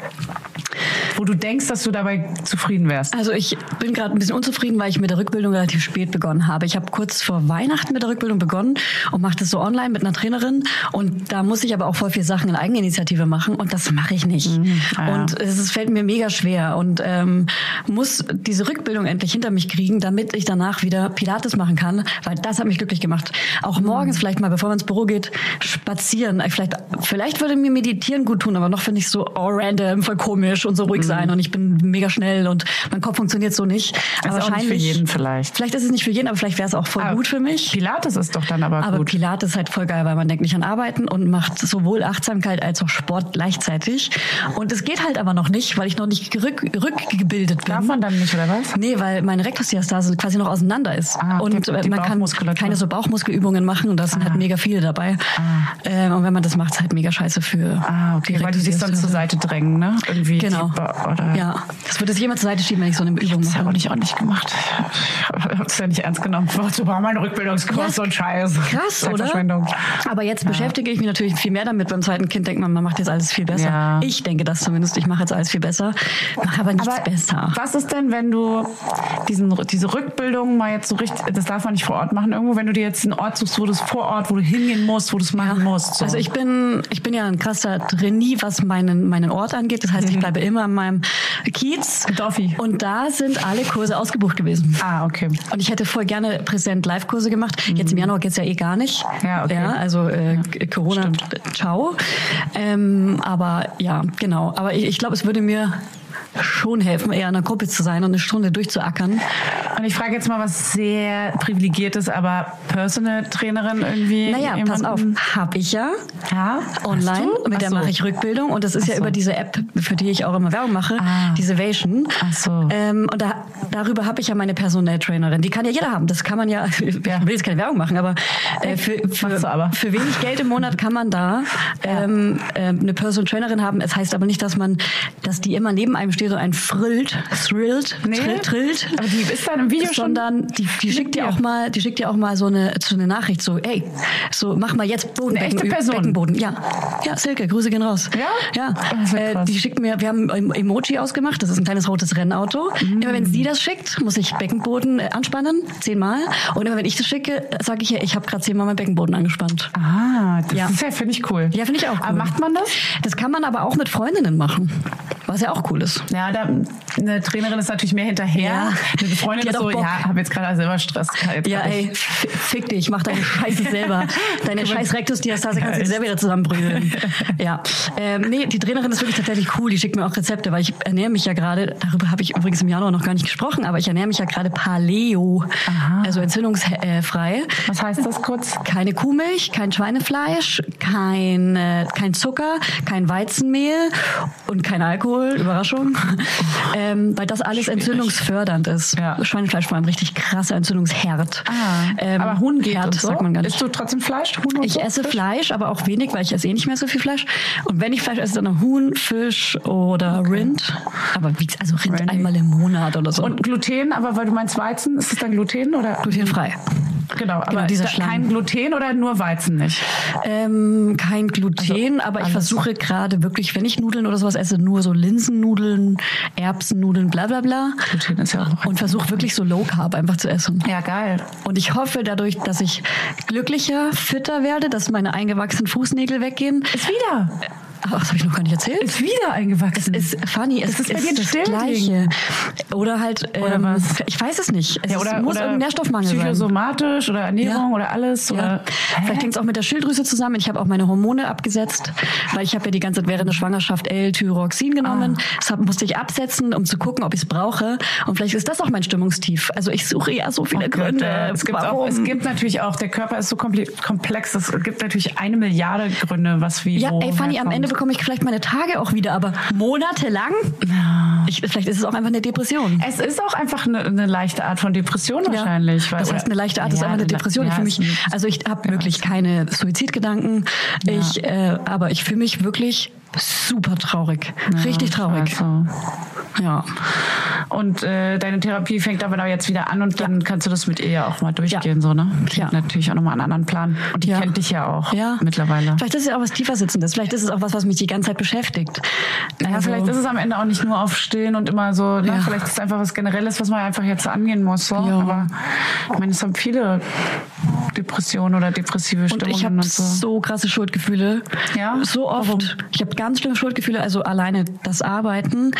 B: wo du denkst, dass du dabei zufrieden wärst?
A: Also ich bin gerade ein bisschen unzufrieden, weil ich mit der Rückbildung relativ spät begonnen habe. Ich habe kurz vor Weihnachten mit der Rückbildung begonnen und mache das so online mit einer Trainerin. Und da muss ich aber auch voll viel Sachen in Eigeninitiative machen und das mache ich nicht.
B: ja.
A: Und es ist, fällt mir mega schwer und ähm, muss diese Rückbildung endlich hinter mich kriegen, damit ich danach wieder Pilates machen kann, weil das hat mich glücklich gemacht. Auch
B: Mhm.
A: morgens vielleicht mal, bevor man ins Büro geht, spazieren. Äh, Vielleicht, vielleicht würde mir meditieren gut tun, aber noch finde ich so oh, random, voll komisch und so
B: Mhm.
A: ruhig sein und ich bin mega schnell und mein Kopf funktioniert so nicht. Aber
B: auch nicht für
A: wahrscheinlich
B: jeden vielleicht.
A: Vielleicht ist es nicht für jeden, aber vielleicht wäre es auch voll
B: Aber
A: gut für mich.
B: Ah, Pilates ist doch dann aber,
A: Aber
B: gut.
A: Pilates ist halt voll geil, weil man denkt nicht an Arbeiten und macht sowohl Achtsamkeit als auch Sport gleichzeitig. Und es geht halt aber noch nicht, weil ich noch nicht rück, rückgebildet bin.
B: Darf man dann nicht, oder was?
A: Nee, weil meine Rektusdiastase quasi noch auseinander ist.
B: Ah,
A: und
B: die-
A: äh,
B: die
A: man kann
B: Bauchmuskulatur. Ah.
A: keine so Bauchmuskelübungen machen und da sind halt mega viele dabei. Ähm, und wenn man das macht, ist halt mega scheiße für
B: Ah, okay, weil die sich dann zur
A: Rektusdiastase.
B: Seite drängen, ne? Irgendwie
A: Genau.
B: die Ba- oder
A: Ja, das würde es jemand zur Seite schieben, wenn ich so eine
B: Ich
A: Übung
B: hab's ja
A: mache.
B: auch nicht ordentlich gemacht. Ich hab's ja nicht ernst genommen. Wozu braucht man einen Rückbildungskurs
A: Ja,
B: und Scheiß?
A: Krass, oder?
B: Zeitverschwendung.
A: Aber jetzt beschäftige ich mich natürlich viel mehr damit. Beim zweiten Kind denkt man, man macht jetzt alles viel besser.
B: Ja.
A: Ich denke das zumindest. Ich mache jetzt alles viel besser, mache aber nichts
B: Aber
A: besser.
B: was ist denn, wenn du diesen, diese Rückbildung mal jetzt so richtig, das darf man nicht vor Ort machen irgendwo, wenn du dir jetzt einen Ort suchst, wo du es vor Ort, wo du hingehen musst, wo du es machen musst. So.
A: Also ich bin, ich bin ja ein krasser Trainee, was meinen, meinen Ort angeht. Das heißt, ich bleibe immer in meinem Kiez.
B: Dorfi.
A: Und da sind alle Kurse ausgebucht gewesen.
B: ah, okay.
A: Und ich hätte voll gerne präsent Live-Kurse gemacht. Jetzt im Januar geht's ja eh gar nicht.
B: Mhm. Ja, okay.
A: also äh, Corona, ciao. Ähm, aber ja, genau. Aber ich, ich glaube, es würde mir schon helfen, eher an der Kuppel zu sein und eine Stunde durchzuackern.
B: Und ich frage jetzt mal was sehr privilegiertes, aber Personal Trainerin irgendwie.
A: Naja, pass auf,
B: jemanden?
A: hab ich ja
B: Ja.
A: online,
B: Hast du?
A: mit der
B: Ach so.
A: mache ich Rückbildung und das ist ja
B: so.
A: über diese App, für die ich auch immer Werbung mache,
B: Ah.
A: diese Vation.
B: Ach so.
A: Ähm, und da, darüber habe ich ja meine Personal Trainerin. Die kann ja jeder haben. Das kann man ja, ich will jetzt keine Werbung machen, aber, äh, für,
B: Machst
A: für,
B: du aber.
A: für wenig Geld im Monat kann man da ähm, ähm, eine Personal Trainerin haben. Es heißt aber nicht, dass man, dass die immer neben einem steht und einen frillt, thrillt,
B: Nee.
A: trill, trillt.
B: Aber die ist dann im Video schon
A: sondern die, die schickt dir
B: dir.
A: auch mal, die schickt dir auch mal so eine, so eine Nachricht, so, ey, so mach mal jetzt Bodenbecken,
B: echte Person.
A: Beckenboden. Ja, ja, Silke, Grüße gehen raus.
B: Ja? Ah, Das ist
A: ja.
B: ja
A: Äh,
B: krass.
A: die schickt mir, wir haben ein Emoji ausgemacht, das ist ein kleines rotes Rennauto.
B: Mm.
A: Immer wenn sie das schickt, muss ich Beckenboden äh, anspannen, zehnmal. Und immer wenn ich das schicke, sage ich ihr, ich habe gerade zehnmal meinen Beckenboden angespannt.
B: Ah, das
A: Ja.
B: ist ja, finde ich cool.
A: Ja, finde ich auch cool.
B: Aber macht man das?
A: Das kann man aber auch mit Freundinnen machen, was ja auch cool ist.
B: Ja, da, eine Trainerin ist natürlich mehr hinterher.
A: Ja.
B: Eine
A: Die
B: Freundin
A: hat
B: ist
A: auch
B: so,
A: Bock.
B: ja, habe jetzt gerade selber Stress. Jetzt
A: Ja,
B: hab ich-
A: ey, f- fick dich, mach deine Scheiße selber. Deine scheiß Rektusdiastase kannst du dir selber wieder zusammenbrüdeln. Ja. Ähm, nee, die Trainerin ist wirklich tatsächlich cool. Die schickt mir auch Rezepte, weil ich ernähre mich ja gerade, darüber habe ich übrigens im Januar noch gar nicht gesprochen, aber ich ernähre mich ja gerade Paleo, also entzündungsfrei.
B: Was heißt das kurz?
A: Keine Kuhmilch, kein Schweinefleisch, kein, äh, kein Zucker, kein Weizenmehl und kein Alkohol, Überraschung. Ähm, weil das alles entzündungsfördernd ist.
B: Ja. Ah,
A: Schweinefleisch vor allem richtig krasser Entzündungsherd. Ähm,
B: aber Huhn geht
A: Herd,
B: und so.
A: sagt man gar nicht.
B: Isst du trotzdem Fleisch? Huhn und
A: Ich
B: so?
A: esse Fleisch, aber auch wenig, weil ich esse eh nicht mehr so viel Fleisch. Und wenn ich Fleisch esse, dann Huhn, Fisch oder Rind. Aber wie, also Rind
B: Randy.
A: einmal im Monat oder so.
B: Und Gluten, aber weil du meinst Weizen, ist es dann Gluten oder?
A: glutenfrei.
B: Genau, aber
A: diese
B: da-
A: Schlangen.
B: kein Gluten oder nur Weizen nicht?
A: Ähm, kein Gluten,
B: Also
A: aber ich versuche gerade wirklich, wenn ich Nudeln oder sowas esse, nur so Linsennudeln, Erbsennudeln, bla bla bla.
B: Gluten ist ja auch-
A: Und versuche wirklich so Low Carb einfach zu essen.
B: Ja, geil.
A: Und ich hoffe dadurch, dass ich glücklicher, fitter werde, dass meine eingewachsenen Fußnägel weggehen.
B: Ist wieder.
A: Ach, das habe ich noch gar nicht erzählt.
B: Ist wieder eingewachsen.
A: Es ist funny, es
B: Das
A: ist,
B: ist bei dir ein
A: das
B: Stillding.
A: Gleiche. Oder halt, ähm,
B: Oder was?
A: ich weiß es nicht. Es
B: ja,
A: ist-
B: oder,
A: muss
B: oder
A: irgendein Nährstoffmangel sein.
B: psychosomatisch oder Ernährung
A: Ja.
B: oder alles.
A: Ja.
B: Oder,
A: Vielleicht hängt es auch mit der Schilddrüse zusammen. Ich habe auch meine Hormone abgesetzt, weil ich habe ja die ganze Zeit während der Schwangerschaft L-Tyroxin
B: Ah.
A: genommen. Das hab, musste ich absetzen, um zu gucken, ob ich es brauche. Und vielleicht ist das auch mein Stimmungstief. Also ich suche ja so viele Gründe.
B: Oh äh, Es gibt,
A: warum.
B: auch, es gibt natürlich auch, der Körper ist so komple- komplex, es gibt natürlich eine Milliarde Gründe, was wie
A: ja,
B: wo
A: ey, Fanny, am
B: herkommt.
A: Ende bekomme ich vielleicht meine Tage auch wieder, aber monatelang? Ich, vielleicht ist es auch einfach eine Depression.
B: Es ist auch einfach eine, eine leichte Art von Depression wahrscheinlich.
A: Ja. Das heißt, eine leichte Art ist einfach eine Depression. ich fühle mich, also ich habe wirklich keine Suizidgedanken. Ich, äh, aber ich fühle mich wirklich super traurig, richtig traurig.
B: Also.
A: Ja,
B: Und äh, deine Therapie fängt aber da jetzt wieder an und dann kannst du das mit ihr ja auch mal durchgehen,
A: Ja.
B: so, ne? Die
A: Ja.
B: hat natürlich auch nochmal einen anderen Plan. Und die
A: Ja.
B: kennt dich ja auch
A: ja.
B: mittlerweile.
A: Vielleicht ist es ja auch was tiefersitzendes. Vielleicht ist es auch was, was mich die ganze Zeit beschäftigt.
B: Ja,
A: Also-
B: vielleicht ist es am Ende auch nicht nur auf Stillen und immer so, ne?
A: Ja.
B: vielleicht ist es einfach was Generelles, was man einfach jetzt angehen muss. So.
A: Ja.
B: Aber ich meine, es haben viele Depressionen oder depressive
A: Und
B: Stimmungen und,
A: ich habe
B: so.
A: so. krasse Schuldgefühle.
B: Ja?
A: So oft. Ich habe ganz schlimme Schuldgefühle, also alleine das Arbeiten.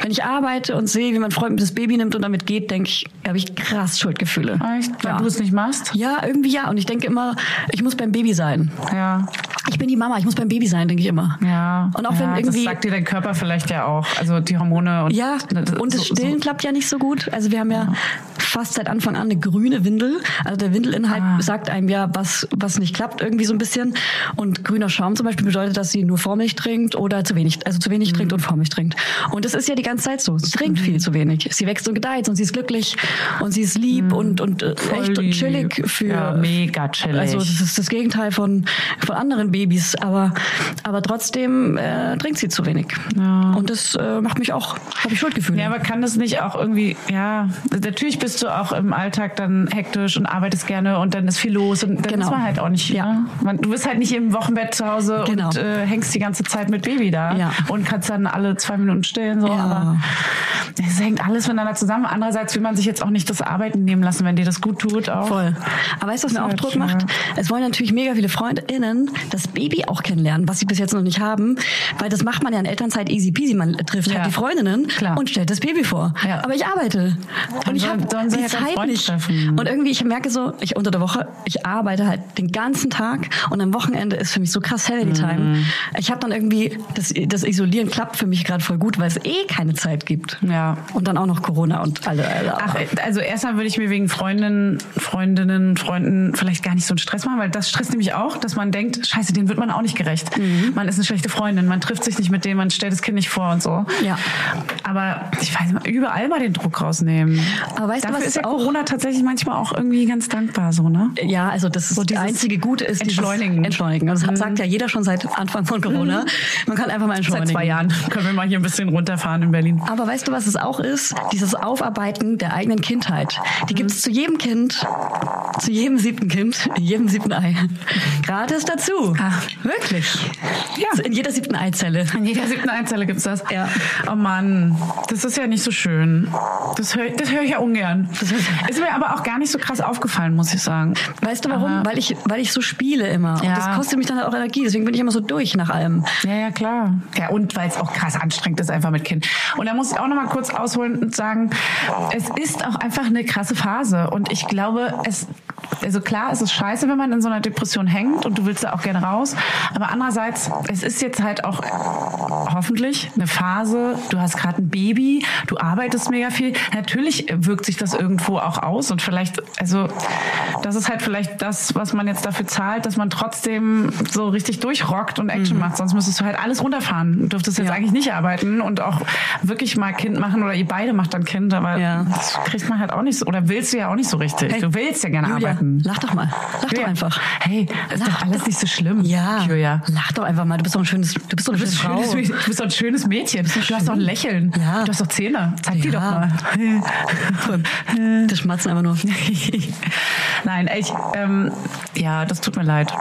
A: Wenn ich arbeite und sehe, wie mein Freund das Baby nimmt und damit geht, denke ich, habe ich krass Schuldgefühle.
B: Echt? Weil
A: Ja.
B: Ah, du es nicht machst?
A: ja, irgendwie ja. Und ich denke immer, ich muss beim Baby sein.
B: Ja.
A: Ich bin die Mama, ich muss beim Baby sein, denke ich immer.
B: Ja.
A: Und auch
B: ja,
A: wenn irgendwie.
B: Das sagt dir dein Körper vielleicht ja auch. Also die Hormone und.
A: Ja,
B: ne, das-
A: und das
B: so-
A: Stillen
B: so-
A: klappt ja nicht so gut. Also wir haben ja, fast seit Anfang an eine grüne Windel. Also der Windelinhalt
B: Ah.
A: sagt einem ja, was, was nicht klappt, irgendwie so ein bisschen. Und grüner Schaum zum Beispiel bedeutet, dass sie nur Vormilch trinkt oder zu wenig, also zu
B: Mhm.
A: wenig trinkt und Vormilch trinkt. Und das ist ja die ganze Zeit so. Sie trinkt viel zu wenig. Sie wächst und gedeiht und sie ist glücklich und sie ist lieb und, und äh,
B: Mhm. Voll
A: echt und
B: lieb.
A: chillig für,
B: Ja, mega chillig.
A: also das ist das Gegenteil von, von anderen Babys, aber, aber trotzdem äh, trinkt sie zu wenig. Und das äh, macht mich auch, habe ich Schuldgefühle.
B: Ja, aber kann das nicht auch irgendwie, ja, natürlich bist du auch im Alltag dann hektisch und arbeitest gerne und dann ist viel los und dann
A: Genau.
B: ist man halt auch nicht,
A: Ja.
B: ne? man, du bist halt nicht im Wochenbett zu Hause
A: Genau.
B: und äh, hängst die ganze Zeit mit Baby da
A: Ja.
B: und kannst dann alle zwei Minuten stillen, so,
A: Ja.
B: aber es hängt alles miteinander zusammen. Andererseits will man sich jetzt auch nicht das Arbeiten nehmen lassen, wenn dir das gut tut auch.
A: Voll. Aber weißt du, was mir auch
B: Halt,
A: Druck
B: ja.
A: macht? Es wollen natürlich mega viele FreundInnen das Baby auch kennenlernen, was sie bis jetzt noch nicht haben, weil das macht man ja in Elternzeit easy peasy. Man trifft
B: Ja.
A: halt die Freundinnen
B: Klar.
A: und stellt das Baby vor.
B: Ja.
A: Aber ich arbeite. Und ich
B: Dann
A: habe
B: soll- sollen sie
A: die
B: jetzt einen
A: Zeit
B: Freund
A: nicht.
B: treffen.
A: Und irgendwie, ich merke so, ich unter der Woche, ich arbeite halt den ganzen Tag und am Wochenende ist für mich so krass
B: Mhm.
A: Heavy Time. Ich habe dann irgendwie, das, das Isolieren klappt für mich gerade voll gut, weil es eh keine Zeit gibt.
B: Ja.
A: Und dann auch noch Corona und alle. alle
B: Ach, also erstmal würde ich mir wegen Freundinnen, Freundinnen, Freunden vielleicht gar nicht so einen Stress machen, weil das stresst nämlich auch, dass man denkt, scheiße, denen wird man auch nicht gerecht.
A: Mhm.
B: Man ist eine schlechte Freundin, man trifft sich nicht mit dem, man stellt das Kind nicht vor und so.
A: Ja.
B: Aber ich weiß nicht, überall mal den Druck rausnehmen.
A: Aber weißt du,
B: Dafür
A: was
B: ist ja
A: auch-
B: Corona tatsächlich manchmal auch irgendwie ganz dankbar, so, ne?
A: Ja, also das ist
B: So
A: so
B: dieses
A: das einzige Gute ist dieses
B: Entschleunigen. Mhm.
A: Entschleunigen. Das hat- sagt ja jeder schon seit Anfang von Corona. Man kann einfach mal entschleunigen.
B: Seit zwei Jahren können wir mal hier ein bisschen runterfahren in Berlin.
A: Aber weißt du, was es auch ist? Dieses Aufarbeiten der eigenen Kindheit. Die
B: Mhm.
A: gibt's zu jedem Kind, zu jedem siebten Kind, in jedem siebten Ei. Gratis dazu.
B: Ach.
A: Ah, Wirklich?
B: Ah. Ja.
A: Also in jeder siebten Eizelle.
B: In jeder siebten Einzeile gibt's das.
A: Ja.
B: Oh Mann, das ist ja nicht so schön. Das höre das hör ich ja ungern. ist mir aber auch gar nicht so krass aufgefallen, muss ich sagen.
A: Weißt du warum?
B: Aber-
A: Weil ich, weil ich so spiele immer.
B: Ja.
A: Und das kostet mich dann halt auch Energie. Deswegen bin ich immer so durch nach allem.
B: Ja, ja, klar. Ja, und weil es auch krass anstrengend ist, einfach mit Kind. Und da muss ich auch nochmal kurz ausholen und sagen, es ist auch einfach eine krasse Phase. Und ich glaube, es, also klar, es ist scheiße, wenn man in so einer Depression hängt und du willst da auch gerne raus. Aber andererseits, es ist jetzt halt auch hoffentlich eine Phase. Du hast gerade ein Baby, du arbeitest mega viel. Natürlich wirkt sich das irgendwo auch aus und vielleicht, also das ist halt vielleicht das, was man jetzt dafür zahlt, dass man trotzdem so richtig durchrockt und
A: Mhm.
B: Action macht. Sonst müsstest du halt alles runterfahren. Du dürftest jetzt eigentlich nicht arbeiten und auch wirklich mal Kind machen oder ihr beide macht dann Kind, aber
A: Ja.
B: das kriegt man halt auch nicht so oder willst du ja auch nicht so richtig.
A: Hey,
B: du willst ja gerne
A: Julia,
B: arbeiten.
A: lach doch mal. Lach doch
B: Julia,
A: einfach.
B: Hey, ist
A: Lach
B: doch alles
A: doch.
B: nicht so schlimm.
A: Ja.
B: Julia.
A: Lach doch einfach mal. Du bist doch ein schönes, du bist doch eine
B: Du bist,
A: schöne Frau.
B: ein schönes, du bist doch ein schönes Mädchen. Du hast doch ein Lächeln.
A: Ja.
B: Du hast doch Zähne. Zeig die doch
A: Ja.
B: mal.
A: Äh. Das schmatzen einfach nur.
B: Nein, ich, ähm, ja, das tut mir leid.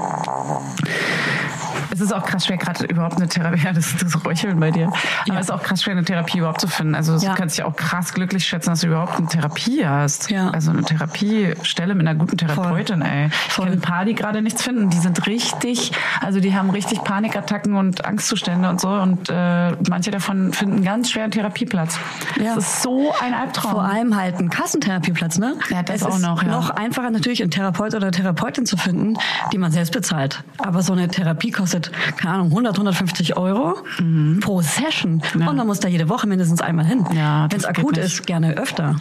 B: Es ist auch krass schwer, gerade überhaupt eine Therapie, ja, das, das Röcheln bei dir. Aber es ist auch krass schwer, eine Therapie überhaupt zu finden. Also
A: Ja.
B: du kannst dich auch krass glücklich schätzen, dass du überhaupt eine Therapie hast.
A: Ja.
B: Also eine Therapiestelle mit einer guten Therapeutin, ey. Ich
A: Voll.
B: kenne ein paar, die gerade nichts finden. Die sind richtig, also die haben richtig Panikattacken und Angstzustände und so. Und äh, manche davon finden ganz schwer einen Therapieplatz.
A: Ja.
B: Das ist so ein Albtraum.
A: Vor allem halt einen Kassentherapieplatz, ne?
B: Ja, das
A: es
B: auch
A: ist
B: noch, ja.
A: noch einfacher natürlich einen Therapeut oder Therapeutin zu finden, die man selbst bezahlt. Aber so eine Therapie kostet, keine Ahnung, 100, 150 Euro
B: Mhm.
A: pro Session. Und man muss da jede Woche mindestens einmal hin.
B: Ja,
A: Wenn es
B: das geht
A: akut
B: nicht.
A: ist, gerne öfter.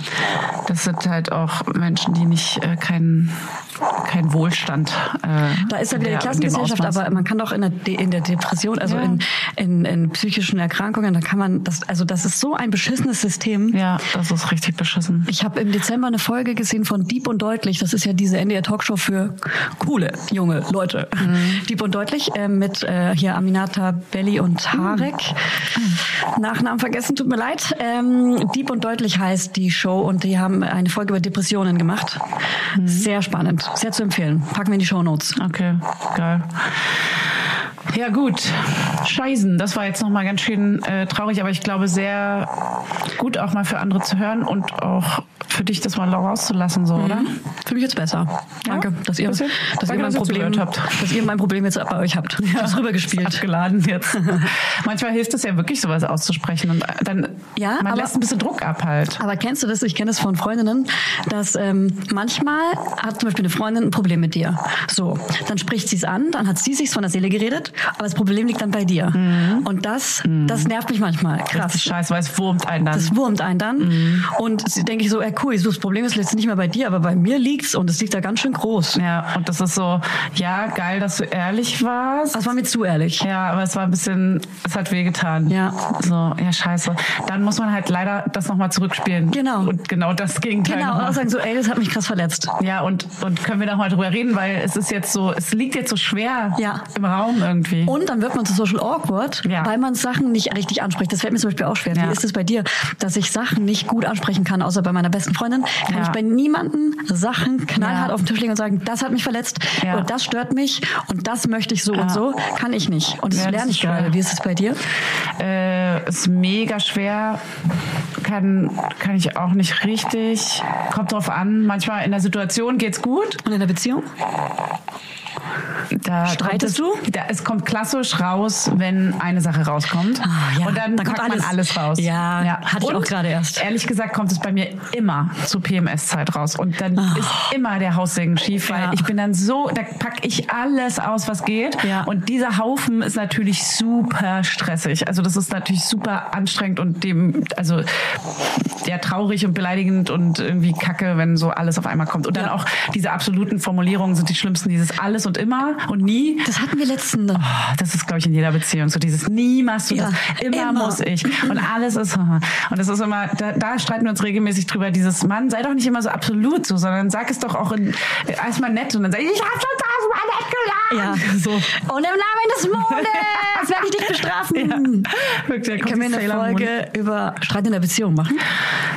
B: Das sind halt auch Menschen, die nicht äh, keinen keinen Wohlstand. Äh,
A: Da ist ja wieder die
B: in der- in dem
A: Klassengesellschaft,
B: Ausmaß.
A: aber man kann doch in der, De in der Depression, also
B: Ja.
A: in, in, in psychischen Erkrankungen, da kann man das, also das ist so ein beschissenes System.
B: ja, das ist richtig beschissen.
A: Ich habe im Dezember eine Folge gesehen von Dieb und Deutlich. Das ist ja diese NDR Talkshow für coole junge Leute.
B: Mhm.
A: Dieb und Deutlich äh, mit äh, hier Aminata Belli und
B: Mhm.
A: Tarek. Nachnamen vergessen, tut mir leid. Ähm, Dieb und Deutlich heißt die Show und die haben eine Folge über Depressionen gemacht.
B: Mhm.
A: Sehr spannend, sehr zu empfehlen. Packen wir in die Show Notes.
B: Okay, geil. Ja gut, Scheißen. Das war jetzt noch mal ganz schön äh, traurig, aber ich glaube sehr gut auch mal für andere zu hören und auch für dich das mal rauszulassen,
A: Mhm.
B: so oder?
A: Für mich jetzt besser. Danke, dass ihr, dass
B: bisschen.
A: ihr
B: Danke,
A: mein
B: dass ihr
A: Problem
B: zugehört habt.
A: dass ihr mein Problem jetzt bei euch habt. Ich hab's rübergespielt.
B: Abgeladen jetzt. Manchmal hilft es ja wirklich, sowas auszusprechen und äh, dann
A: Ja,
B: man
A: aber- Ah,
B: lässt ein bisschen Druck ab halt.
A: Aber kennst du das? Ich kenne das von Freundinnen, dass ähm, manchmal hat zum Beispiel eine Freundin ein Problem mit dir. So, dann spricht sie es an, dann hat sie sich's von der Seele geredet, aber das Problem liegt dann bei dir. Und das, das nervt mich manchmal.
B: Richtig
A: Krass.
B: scheiße, weil es wurmt einen dann.
A: Das wurmt einen dann. Und sie denke ich so, ey, cool, so das Problem ist jetzt nicht mehr bei dir, aber bei mir liegt's und es liegt da ganz schön groß.
B: Ja, und das ist so, ja, geil, dass du ehrlich warst.
A: Das war mir zu ehrlich.
B: Ja, aber es war ein bisschen, es hat wehgetan.
A: Ja.
B: So, ja, scheiße. Dann muss man halt leider das nochmal zurückspielen.
A: Genau.
B: Und genau das Gegenteil.
A: Genau, und
B: nochmal.
A: auch sagen so, ey, das hat mich krass verletzt.
B: Ja, und, und können wir nochmal drüber reden, weil es ist jetzt so, es liegt jetzt so schwer
A: Ja.
B: im Raum irgendwie.
A: Und dann wird man zu Social Awkward,
B: Ja.
A: weil man Sachen nicht richtig anspricht. Das fällt mir zum Beispiel auch schwer.
B: Ja.
A: Wie ist es bei dir, dass ich Sachen nicht gut ansprechen kann, außer bei meiner besten Freundin? Kann
B: Ja.
A: ich bei niemandem Sachen knallhart
B: Ja.
A: auf den Tisch legen und sagen, das hat mich verletzt
B: Ja.
A: und das stört mich und das möchte ich so und so? Kann ich nicht. Und das
B: Ja, das
A: lerne ich
B: ist schwer.
A: gerade. Wie ist es bei dir?
B: äh, ist mega schwer. Kann, kann ich auch nicht richtig. Kommt drauf an. Manchmal in der Situation geht's gut.
A: Und in der Beziehung?
B: Da
A: Streitest
B: kommt es, du? Da, es kommt klassisch raus, wenn eine Sache rauskommt.
A: Ah, ja.
B: Und dann
A: Da kommt
B: packt man
A: alles.
B: alles raus.
A: Ja, hatte ich
B: Und
A: auch gerade erst.
B: Ehrlich gesagt kommt es bei mir immer zur PMS-Zeit raus. Und dann ist immer der Haussegen schief, weil
A: Ah. Ja.
B: ich bin dann so, da packe ich alles aus, was geht.
A: Ja.
B: Und dieser Haufen ist natürlich super stressig. Also das ist natürlich super anstrengend und dem, also ja, traurig und beleidigend und irgendwie kacke, wenn so alles auf einmal kommt. Und dann auch diese absoluten Formulierungen sind die schlimmsten, dieses alles und immer und nie.
A: Das hatten wir letzten.
B: Ah, Das ist, glaube ich, in jeder Beziehung so dieses nie machst du
A: Ja,
B: das, immer,
A: immer.
B: muss ich und alles ist und das ist immer, da, da streiten wir uns regelmäßig drüber, dieses Mann, sei doch nicht immer so absolut so, sondern sag es doch auch in, erstmal nett und dann sag ich, ich hab schon
A: Ja.
B: tausendmal nett gesagt. So.
A: Und im Namen des Mondes werde ich dich bestrafen.
B: Wirklich, da kommt
A: Können wir
B: die
A: eine
B: Sailor Moon.
A: Folge über Streit in der Beziehung machen?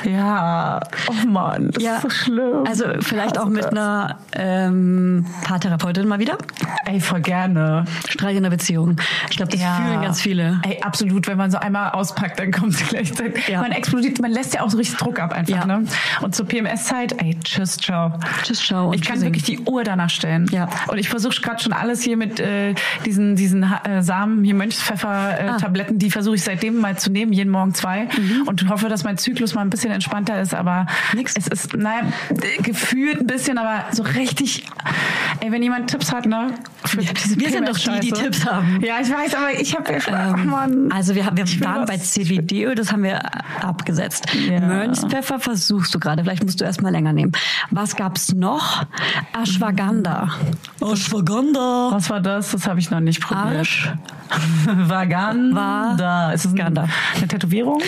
B: Ja, oh Mann, das
A: Ja.
B: ist so schlimm.
A: Also vielleicht auch mit einer ähm, Paartherapeutin mal wieder.
B: Ey, voll gerne.
A: Streit in der Beziehung. Ich glaube, das fühlen ganz viele.
B: Ey, absolut. Wenn man so einmal auspackt, dann kommt es gleich. Dann,
A: Ja.
B: Man explodiert, man lässt ja auch so richtig Druck ab einfach.
A: Ja.
B: Ne? Und zur PMS-Zeit, ey, tschüss, ciao.
A: Tschüss, ciao und
B: Ich kann
A: tschüssing.
B: wirklich die Uhr danach stellen.
A: Ja.
B: Und ich versuche gerade schon alles hier mit äh, diesen, diesen Ha- äh, Samen, hier Mönchspfeffer-Tabletten,
A: Ah.
B: die versuche ich seitdem mal zu nehmen, jeden Morgen zwei. Und hoffe, dass mein Zyklus mal ein bisschen entspannter ist. Aber
A: Mhm. Nix.
B: es ist, naja, äh, gefühlt ein bisschen, aber so richtig. Ey, wenn jemand Tipps hat, ne? Für diese
A: wir sind doch die, die
B: PMS-Scheiße.
A: Tipps haben.
B: Ja, ich weiß, aber ich habe ja schon. ach, Mann.
A: Also wir, wir
B: Ähm, Ich will
A: waren
B: was-
A: bei CBD, das haben wir abgesetzt.
B: Ja.
A: Mönchspfeffer versuchst du gerade, vielleicht musst du erstmal länger nehmen. Was gab's noch? Ashwagandha. Ashwagandha.
B: Was war das? Das habe ich noch nicht probiert.
A: Arsch.
B: Vaganda. Ist es ein,
A: Vaganda.
B: eine Tätowierung?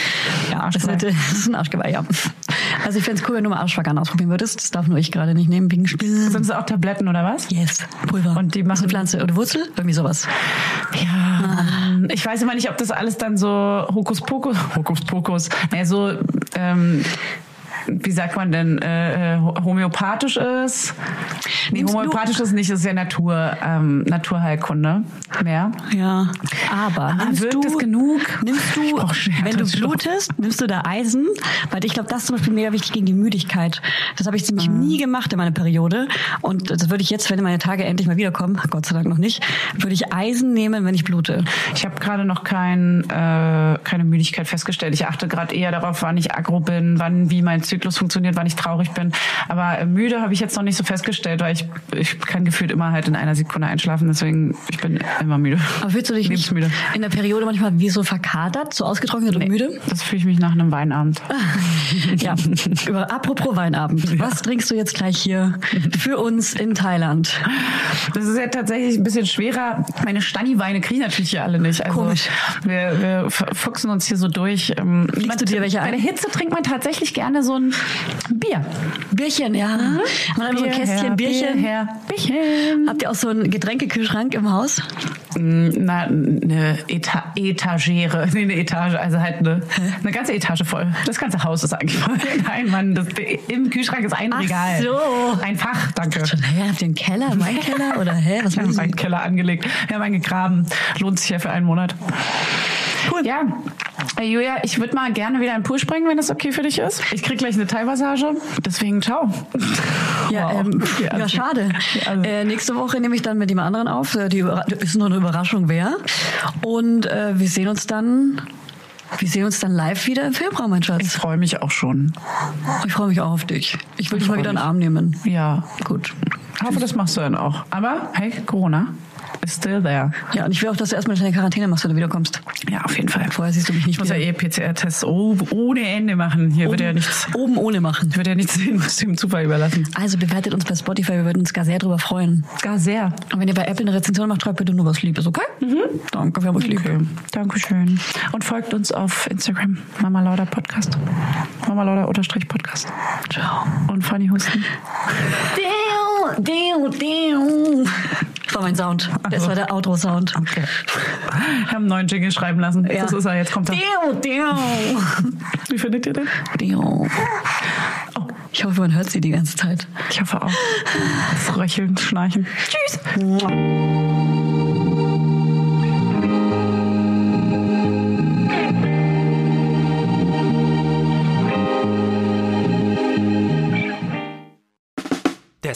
B: Ja,
A: Das ist, das ist ein Arschgeweih, ja. Also ich fände es cool, wenn du mal Ashwagandha ausprobieren würdest. Das darf nur ich gerade nicht nehmen, wegen Spielen.
B: Sind es auch Tabletten oder was?
A: Yes, Pulver.
B: Und
A: Das
B: die
A: ist
B: machen-
A: eine Pflanze oder Wurzel? Irgendwie sowas.
B: Ja. Mann. Ähm, Ich weiß immer nicht, ob das alles dann so Hokuspokus, Hokuspokus, naja, so, ähm, wie sagt man denn, äh, äh, homöopathisch ist? Nee,
A: Nimmst du-
B: homöopathisch ist nicht, das ist ja Natur, ähm, Naturheilkunde mehr.
A: Ja. Aber nimmst
B: wirkt
A: du
B: es Äh, genug?
A: Nimmst du,
B: Ich brauch Schmerz-
A: wenn du
B: Stoff.
A: blutest, nimmst du da Eisen? Weil ich glaube, das ist zum Beispiel mega wichtig gegen die Müdigkeit. Das habe ich ziemlich nie gemacht in meiner Periode. Und das würde ich jetzt, wenn meine Tage endlich mal wiederkommen, Gott sei Dank noch nicht, würde ich Eisen nehmen, wenn ich blute.
B: Ich habe gerade noch kein, äh, keine Müdigkeit festgestellt. Ich achte gerade eher darauf, wann ich aggro bin, wann wie mein Zyklus funktioniert, wann ich traurig bin. Aber äh, müde habe ich jetzt noch nicht so festgestellt, weil ich, ich kann gefühlt immer halt in einer Sekunde einschlafen. Deswegen, ich bin immer müde.
A: Aber fühlst du dich nicht
B: Lebensmüde.
A: in der Periode manchmal wie so verkatert, so ausgetrocknet und müde?
B: Das fühle ich mich nach einem Weinabend.
A: Ja, über apropos Weinabend. Was trinkst du jetzt gleich hier für uns in Thailand?
B: Das ist ja tatsächlich ein bisschen schwerer. Meine Stani-Weine kriege ich natürlich hier alle nicht. Also
A: Komisch.
B: Wir, wir f- fuchsen uns hier so durch. Ähm, man-
A: du dir welche
B: Bei
A: ein?
B: der Hitze trinkt man tatsächlich gerne so ein Bier.
A: Bierchen, ja. Man hat immer so ein Kästchen
B: her,
A: Bierchen.
B: Bier her, Bierchen.
A: Ähm, Habt ihr auch so einen Getränkekühlschrank im Haus?
B: Hm, Na, eine Eta Etagere. Nee, eine Etage, also halt eine, eine ganze Etage voll. Das ganze Haus ist eigentlich voll. Nein, Mann, das, im Kühlschrank ist ein
A: Ach
B: Regal.
A: so.
B: Ein Fach, danke.
A: Schon, hä, habt ihr einen Keller, meinen Keller oder hä? Was
B: Wir haben
A: meinst
B: einen
A: du?
B: Keller angelegt. Wir haben einen gegraben. Lohnt sich ja für einen Monat. Cool. Ja. Äh, Julia, ich würde mal gerne wieder in den Pool springen, wenn das okay für dich ist. Ich krieg gleich eine Teilmassage. Deswegen ciao.
A: Ja,
B: Wow.
A: ähm,
B: Okay,
A: ja,
B: also-
A: schade.
B: Ja, also-
A: Äh, nächste Woche nehme ich dann mit jemand anderen auf. Äh, Die Überra- ist nur eine Überraschung, wer. Und äh, wir sehen uns dann. Wir sehen uns dann live wieder im Filmraum, mein
B: Ich
A: Schatz.
B: freue mich auch schon.
A: Ich freue mich auch auf dich. Ich will dich mal
B: freu
A: wieder in den
B: mich.
A: Arm nehmen.
B: Ja.
A: Gut.
B: Ich hoffe, das machst du dann auch. Aber hey, Corona is still there.
A: Ja, und ich will auch, dass du erstmal deine Quarantäne machst, wenn du wiederkommst.
B: Ja, auf jeden Fall.
A: Vorher siehst du mich nicht
B: Ich muss ja
A: wieder.
B: eh PCR-Tests oh, ohne Ende machen. Hier wird ja nichts,
A: Oben ohne machen.
B: wird ja nichts dem- dem Zufall überlassen.
A: Also bewertet uns bei Spotify, wir würden uns gar sehr drüber freuen.
B: Gar sehr.
A: Und wenn ihr bei Apple eine Rezension macht, schreibt bitte nur was Liebes, okay? Danke, wir haben euch lieb.
B: Mhm. Okay, Dankeschön. Und folgt uns auf Instagram, Mama Lauda Podcast. Mama Lauda unterstrich Podcast. Ciao. Und Fanny Husten.
A: Deu, deu, deu. Das war mein Sound. Das war der Outro-Sound.
B: Okay. Wir haben einen neuen Jingle schreiben lassen.
A: Ja.
B: Das ist er, jetzt kommt er.
A: Deu, deu.
B: Wie findet ihr den?
A: Deu. Oh, ich hoffe, man hört sie die ganze Zeit.
B: Ich hoffe auch. Das Röcheln, Schnarchen. Tschüss.
E: Der